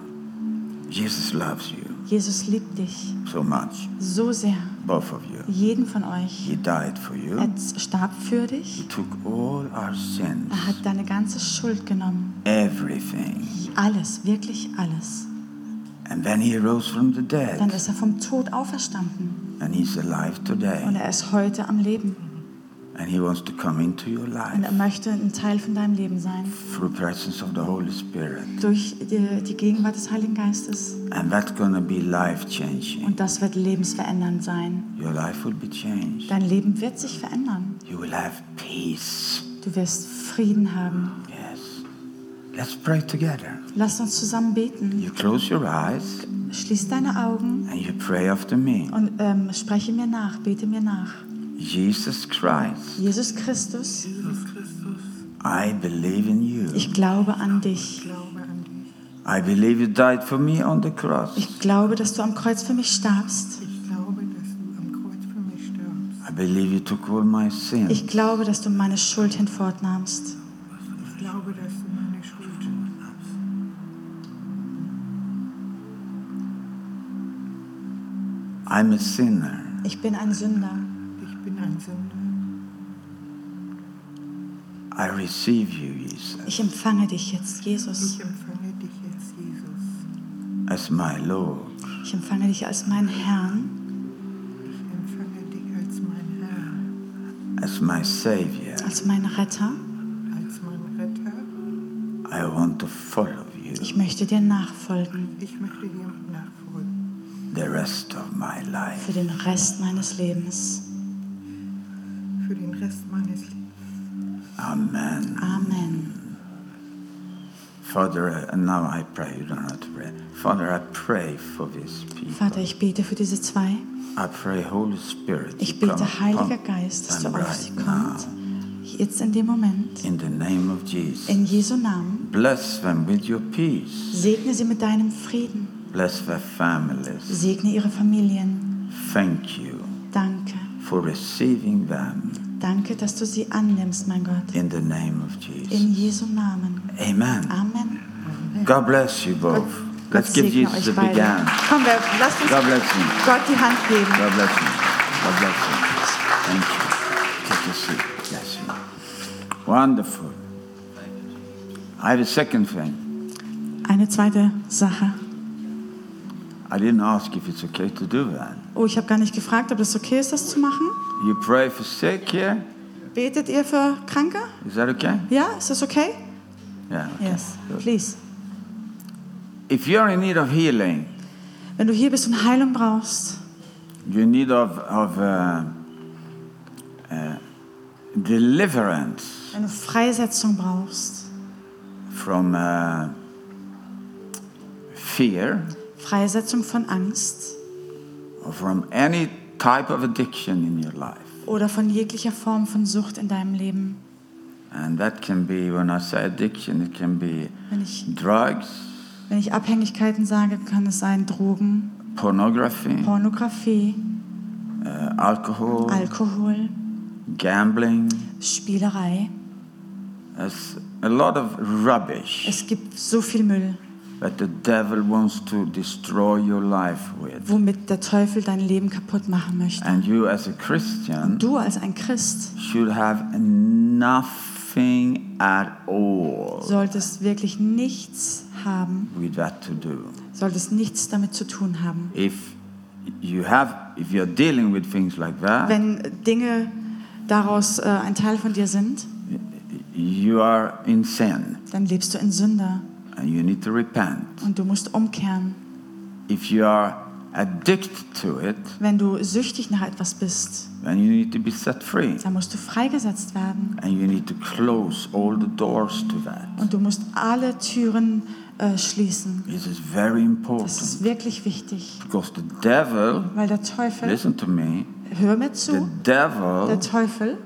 Speaker 1: Jesus loves you
Speaker 2: Jesus liebt dich
Speaker 1: so much,
Speaker 2: so sehr.
Speaker 1: both of you.
Speaker 2: Jeden von euch.
Speaker 1: He died for you.
Speaker 2: Er starb für dich.
Speaker 1: Took all our sins,
Speaker 2: Er hat deine ganze Schuld genommen.
Speaker 1: everything,
Speaker 2: Alles, wirklich alles.
Speaker 1: and then he rose from the
Speaker 2: Dann
Speaker 1: dead,
Speaker 2: ist er vom Tod auferstanden.
Speaker 1: and he's alive
Speaker 2: Und
Speaker 1: today,
Speaker 2: er ist heute am Leben.
Speaker 1: and he wants to come into your
Speaker 2: Und er
Speaker 1: life
Speaker 2: möchte ein Teil von deinem Leben sein.
Speaker 1: through presence of the Holy Spirit,
Speaker 2: Durch die, die Gegenwart des Heiligen Geistes.
Speaker 1: and that's gonna be life changing.
Speaker 2: Und das wird lebensverändernd sein.
Speaker 1: Your life will be changed.
Speaker 2: Dein Leben wird sich verändern.
Speaker 1: You will have peace.
Speaker 2: Du wirst Frieden haben.
Speaker 1: Yes. Let's pray together.
Speaker 2: Lasst uns zusammen beten.
Speaker 1: You close your eyes
Speaker 2: Schließ deine Augen
Speaker 1: and you pray after me.
Speaker 2: und ähm, spreche mir nach, bete mir nach.
Speaker 1: Jesus Christ,
Speaker 2: Jesus Christus,
Speaker 1: I believe in you.
Speaker 2: ich glaube an dich.
Speaker 1: I believe you died for me on the cross.
Speaker 2: Ich glaube, dass du am Kreuz für mich starbst.
Speaker 3: Ich glaube, dass du am Kreuz für mich stirbst.
Speaker 1: I believe you took all my sins.
Speaker 2: Ich glaube, dass du meine Schuld hinfortnahmst.
Speaker 3: Ich glaube, dass du meine Schuld hast.
Speaker 1: I'm a sinner.
Speaker 2: Ich bin ein Sünder.
Speaker 3: Ich bin ein Sünder.
Speaker 1: I receive you, Jesus,
Speaker 2: Ich empfange dich jetzt, Jesus.
Speaker 3: Ich empfange dich jetzt, Jesus.
Speaker 1: as my Lord.
Speaker 2: Ich empfange dich als meinen Herrn,
Speaker 3: Ich empfange dich als mein Herr,
Speaker 1: As my Savior,
Speaker 2: als meinen Retter.
Speaker 3: als mein Retter.
Speaker 1: I want to follow you
Speaker 2: Ich möchte dir nachfolgen
Speaker 3: Ich möchte dir nachfolgen.
Speaker 1: the rest of my life.
Speaker 2: für den Rest meines Lebens.
Speaker 3: Für den Rest meines Lebens.
Speaker 1: Amen.
Speaker 2: Amen.
Speaker 1: Father, uh, and now I pray, you don't have to pray. Father, I pray for these people.
Speaker 2: Vater, ich bete für diese zwei.
Speaker 1: I pray, Holy Spirit,
Speaker 2: Ich
Speaker 1: you
Speaker 2: bete,
Speaker 1: come upon
Speaker 2: Heiliger Geist, dass du
Speaker 1: them
Speaker 2: auf
Speaker 1: right
Speaker 2: sie
Speaker 1: now.
Speaker 2: kommst. Jetzt in dem Moment.
Speaker 1: In the name of Jesus.
Speaker 2: In Jesu Namen.
Speaker 1: Bless them with your peace.
Speaker 2: Segne sie mit deinem Frieden.
Speaker 1: Bless their families.
Speaker 2: Segne ihre Familien.
Speaker 1: Thank you
Speaker 2: Danke.
Speaker 1: for receiving them
Speaker 2: Danke, dass du sie annimmst, mein Gott.
Speaker 1: in the name of Jesus.
Speaker 2: In Jesu Namen.
Speaker 1: Amen.
Speaker 2: Amen.
Speaker 1: God bless you both. Let's
Speaker 2: Gott
Speaker 1: give
Speaker 2: segne
Speaker 1: Jesus a
Speaker 2: euch
Speaker 1: big
Speaker 2: beide.
Speaker 1: hand.
Speaker 2: Komm, wir, lasst uns
Speaker 1: God bless you.
Speaker 2: Gott die Hand geben.
Speaker 1: God bless you. God bless you. Thank you. Take a seat. Bless you. Wonderful. I have a second thing.
Speaker 2: Eine zweite Sache.
Speaker 1: I didn't ask if it's okay to do that.
Speaker 2: Oh, ich habe gar nicht gefragt, ob das okay ist, das zu machen.
Speaker 1: You pray for sick here?
Speaker 2: Betet ihr für Kranke?
Speaker 1: Is that okay?
Speaker 2: Ja, ist das okay?
Speaker 1: Yeah. okay.
Speaker 2: Yes, please.
Speaker 1: If you're in need of healing,
Speaker 2: Wenn du hier bist und Heilung brauchst,
Speaker 1: you need of, of uh, uh, deliverance
Speaker 2: wenn du Freisetzung brauchst,
Speaker 1: from uh, fear
Speaker 2: Freisetzung von Angst
Speaker 1: or from any type of addiction in your life.
Speaker 2: oder von jeglicher Form von Sucht in deinem Leben,
Speaker 1: And that can be, when I say addiction, it can be
Speaker 2: Wenn ich,
Speaker 1: drugs,
Speaker 2: wenn ich Abhängigkeiten sage, kann es sein Drogen,
Speaker 1: pornography,
Speaker 2: Pornografie,
Speaker 1: uh, alcohol,
Speaker 2: Alkohol,
Speaker 1: gambling.
Speaker 2: Spielerei.
Speaker 1: There's a lot of rubbish
Speaker 2: Es gibt so viel Müll,
Speaker 1: that the devil wants to destroy your life with.
Speaker 2: womit der Teufel dein Leben kaputt machen möchte.
Speaker 1: And you, as a Christian,
Speaker 2: Du als ein Christ
Speaker 1: should have nothing at all
Speaker 2: solltest wirklich nichts haben,
Speaker 1: with that to do.
Speaker 2: solltest nichts damit zu tun haben.
Speaker 1: If you have, if you're dealing with things like that,
Speaker 2: Wenn Dinge daraus äh, ein Teil von dir sind,
Speaker 1: you are in sin
Speaker 2: dann lebst du in Sünde
Speaker 1: and you need to repent.
Speaker 2: und du musst umkehren.
Speaker 1: If you are addicted to it,
Speaker 2: Wenn du süchtig nach etwas bist,
Speaker 1: then you need to be set free.
Speaker 2: dann musst du freigesetzt werden.
Speaker 1: And you need to close all the doors to that.
Speaker 2: Und du musst alle Türen äh, schließen.
Speaker 1: This is very
Speaker 2: Das
Speaker 1: important
Speaker 2: ist wirklich wichtig,
Speaker 1: because the devil,
Speaker 2: weil der Teufel,
Speaker 1: listen to me,
Speaker 2: hör mir
Speaker 1: the
Speaker 2: zu, der
Speaker 1: devil
Speaker 2: Teufel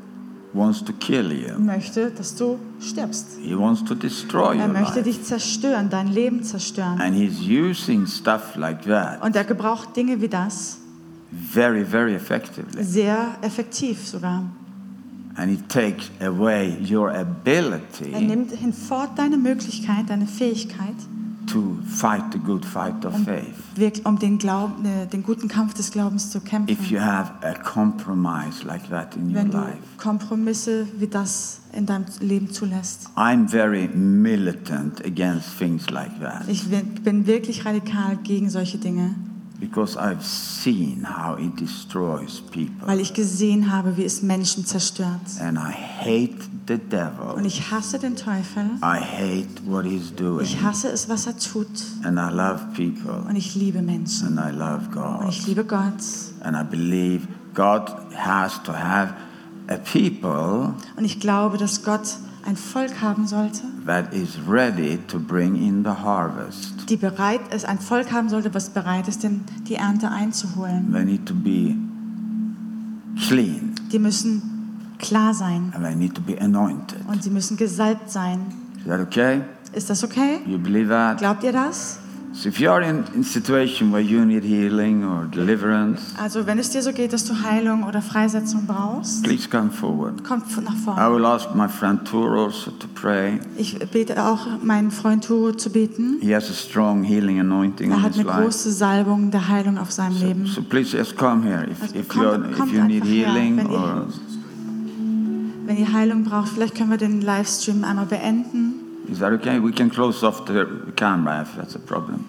Speaker 1: wants to kill you.
Speaker 2: möchte, dass du stirbst.
Speaker 1: He wants to destroy
Speaker 2: Er
Speaker 1: your
Speaker 2: möchte
Speaker 1: life.
Speaker 2: dich zerstören, dein Leben zerstören.
Speaker 1: And he's using stuff like that
Speaker 2: Und er gebraucht Dinge wie das
Speaker 1: very, very effectively.
Speaker 2: sehr effektiv sogar.
Speaker 1: And he takes away your
Speaker 2: Er
Speaker 1: ability
Speaker 2: nimmt hinfort deine Möglichkeit, deine Fähigkeit,
Speaker 1: to fight the good fight of faith
Speaker 2: wirk- um den, Glauben, äh, den guten Kampf des Glaubens zu
Speaker 1: if
Speaker 2: kämpfen.
Speaker 1: you have a compromise like that in your
Speaker 2: Wenn du
Speaker 1: life.
Speaker 2: Kompromisse wie das in deinem Leben zulässt.
Speaker 1: I'm very militant against things like that
Speaker 2: Ich wi- bin wirklich radikal gegen solche Dinge,
Speaker 1: because I've seen how it destroys people.
Speaker 2: weil ich gesehen habe, wie es Menschen zerstört.
Speaker 1: And I hate the
Speaker 2: Und
Speaker 1: devil.
Speaker 2: ich hasse den Teufel.
Speaker 1: I hate what he's doing.
Speaker 2: Ich hasse es, was er tut.
Speaker 1: And I love people.
Speaker 2: Und ich liebe Menschen.
Speaker 1: And I love
Speaker 2: Und
Speaker 1: God.
Speaker 2: ich liebe Gott.
Speaker 1: And I believe God has to have a people
Speaker 2: Und ich glaube, dass Gott ein Volk haben sollte,
Speaker 1: that is ready to bring in the harvest.
Speaker 2: die bereit ist, ein Volk haben sollte, was bereit ist, denn die Ernte einzuholen.
Speaker 1: They need to be clean
Speaker 2: Die müssen klar sein
Speaker 1: and they need to be anointed.
Speaker 2: und sie müssen gesalbt sein.
Speaker 1: Is that okay?
Speaker 2: Ist das okay?
Speaker 1: You believe that?
Speaker 2: Glaubt ihr das?
Speaker 1: So if you are in in a situation where you need healing or deliverance,
Speaker 2: Also wenn es dir so geht, dass du Heilung oder Freisetzung brauchst,
Speaker 1: please come forward.
Speaker 2: kommt nach
Speaker 1: I
Speaker 2: vorne.
Speaker 1: will ask my friend Tur also to pray.
Speaker 2: Ich bete auch meinen Freund Turo zu beten.
Speaker 1: He has a strong healing anointing
Speaker 2: Er
Speaker 1: on
Speaker 2: hat
Speaker 1: his
Speaker 2: eine
Speaker 1: life.
Speaker 2: große Salbung der Heilung auf seinem
Speaker 1: So,
Speaker 2: Leben.
Speaker 1: so please just come here if,
Speaker 2: Also
Speaker 1: if,
Speaker 2: kommt-
Speaker 1: you are, if
Speaker 2: kommt
Speaker 1: you need
Speaker 2: einfach her,
Speaker 1: healing
Speaker 2: wenn ihr-
Speaker 1: or
Speaker 2: Wenn ihr Heilung braucht, vielleicht können wir den Livestream einmal beenden.
Speaker 1: is that okay? We can close off the camera if that's a problem.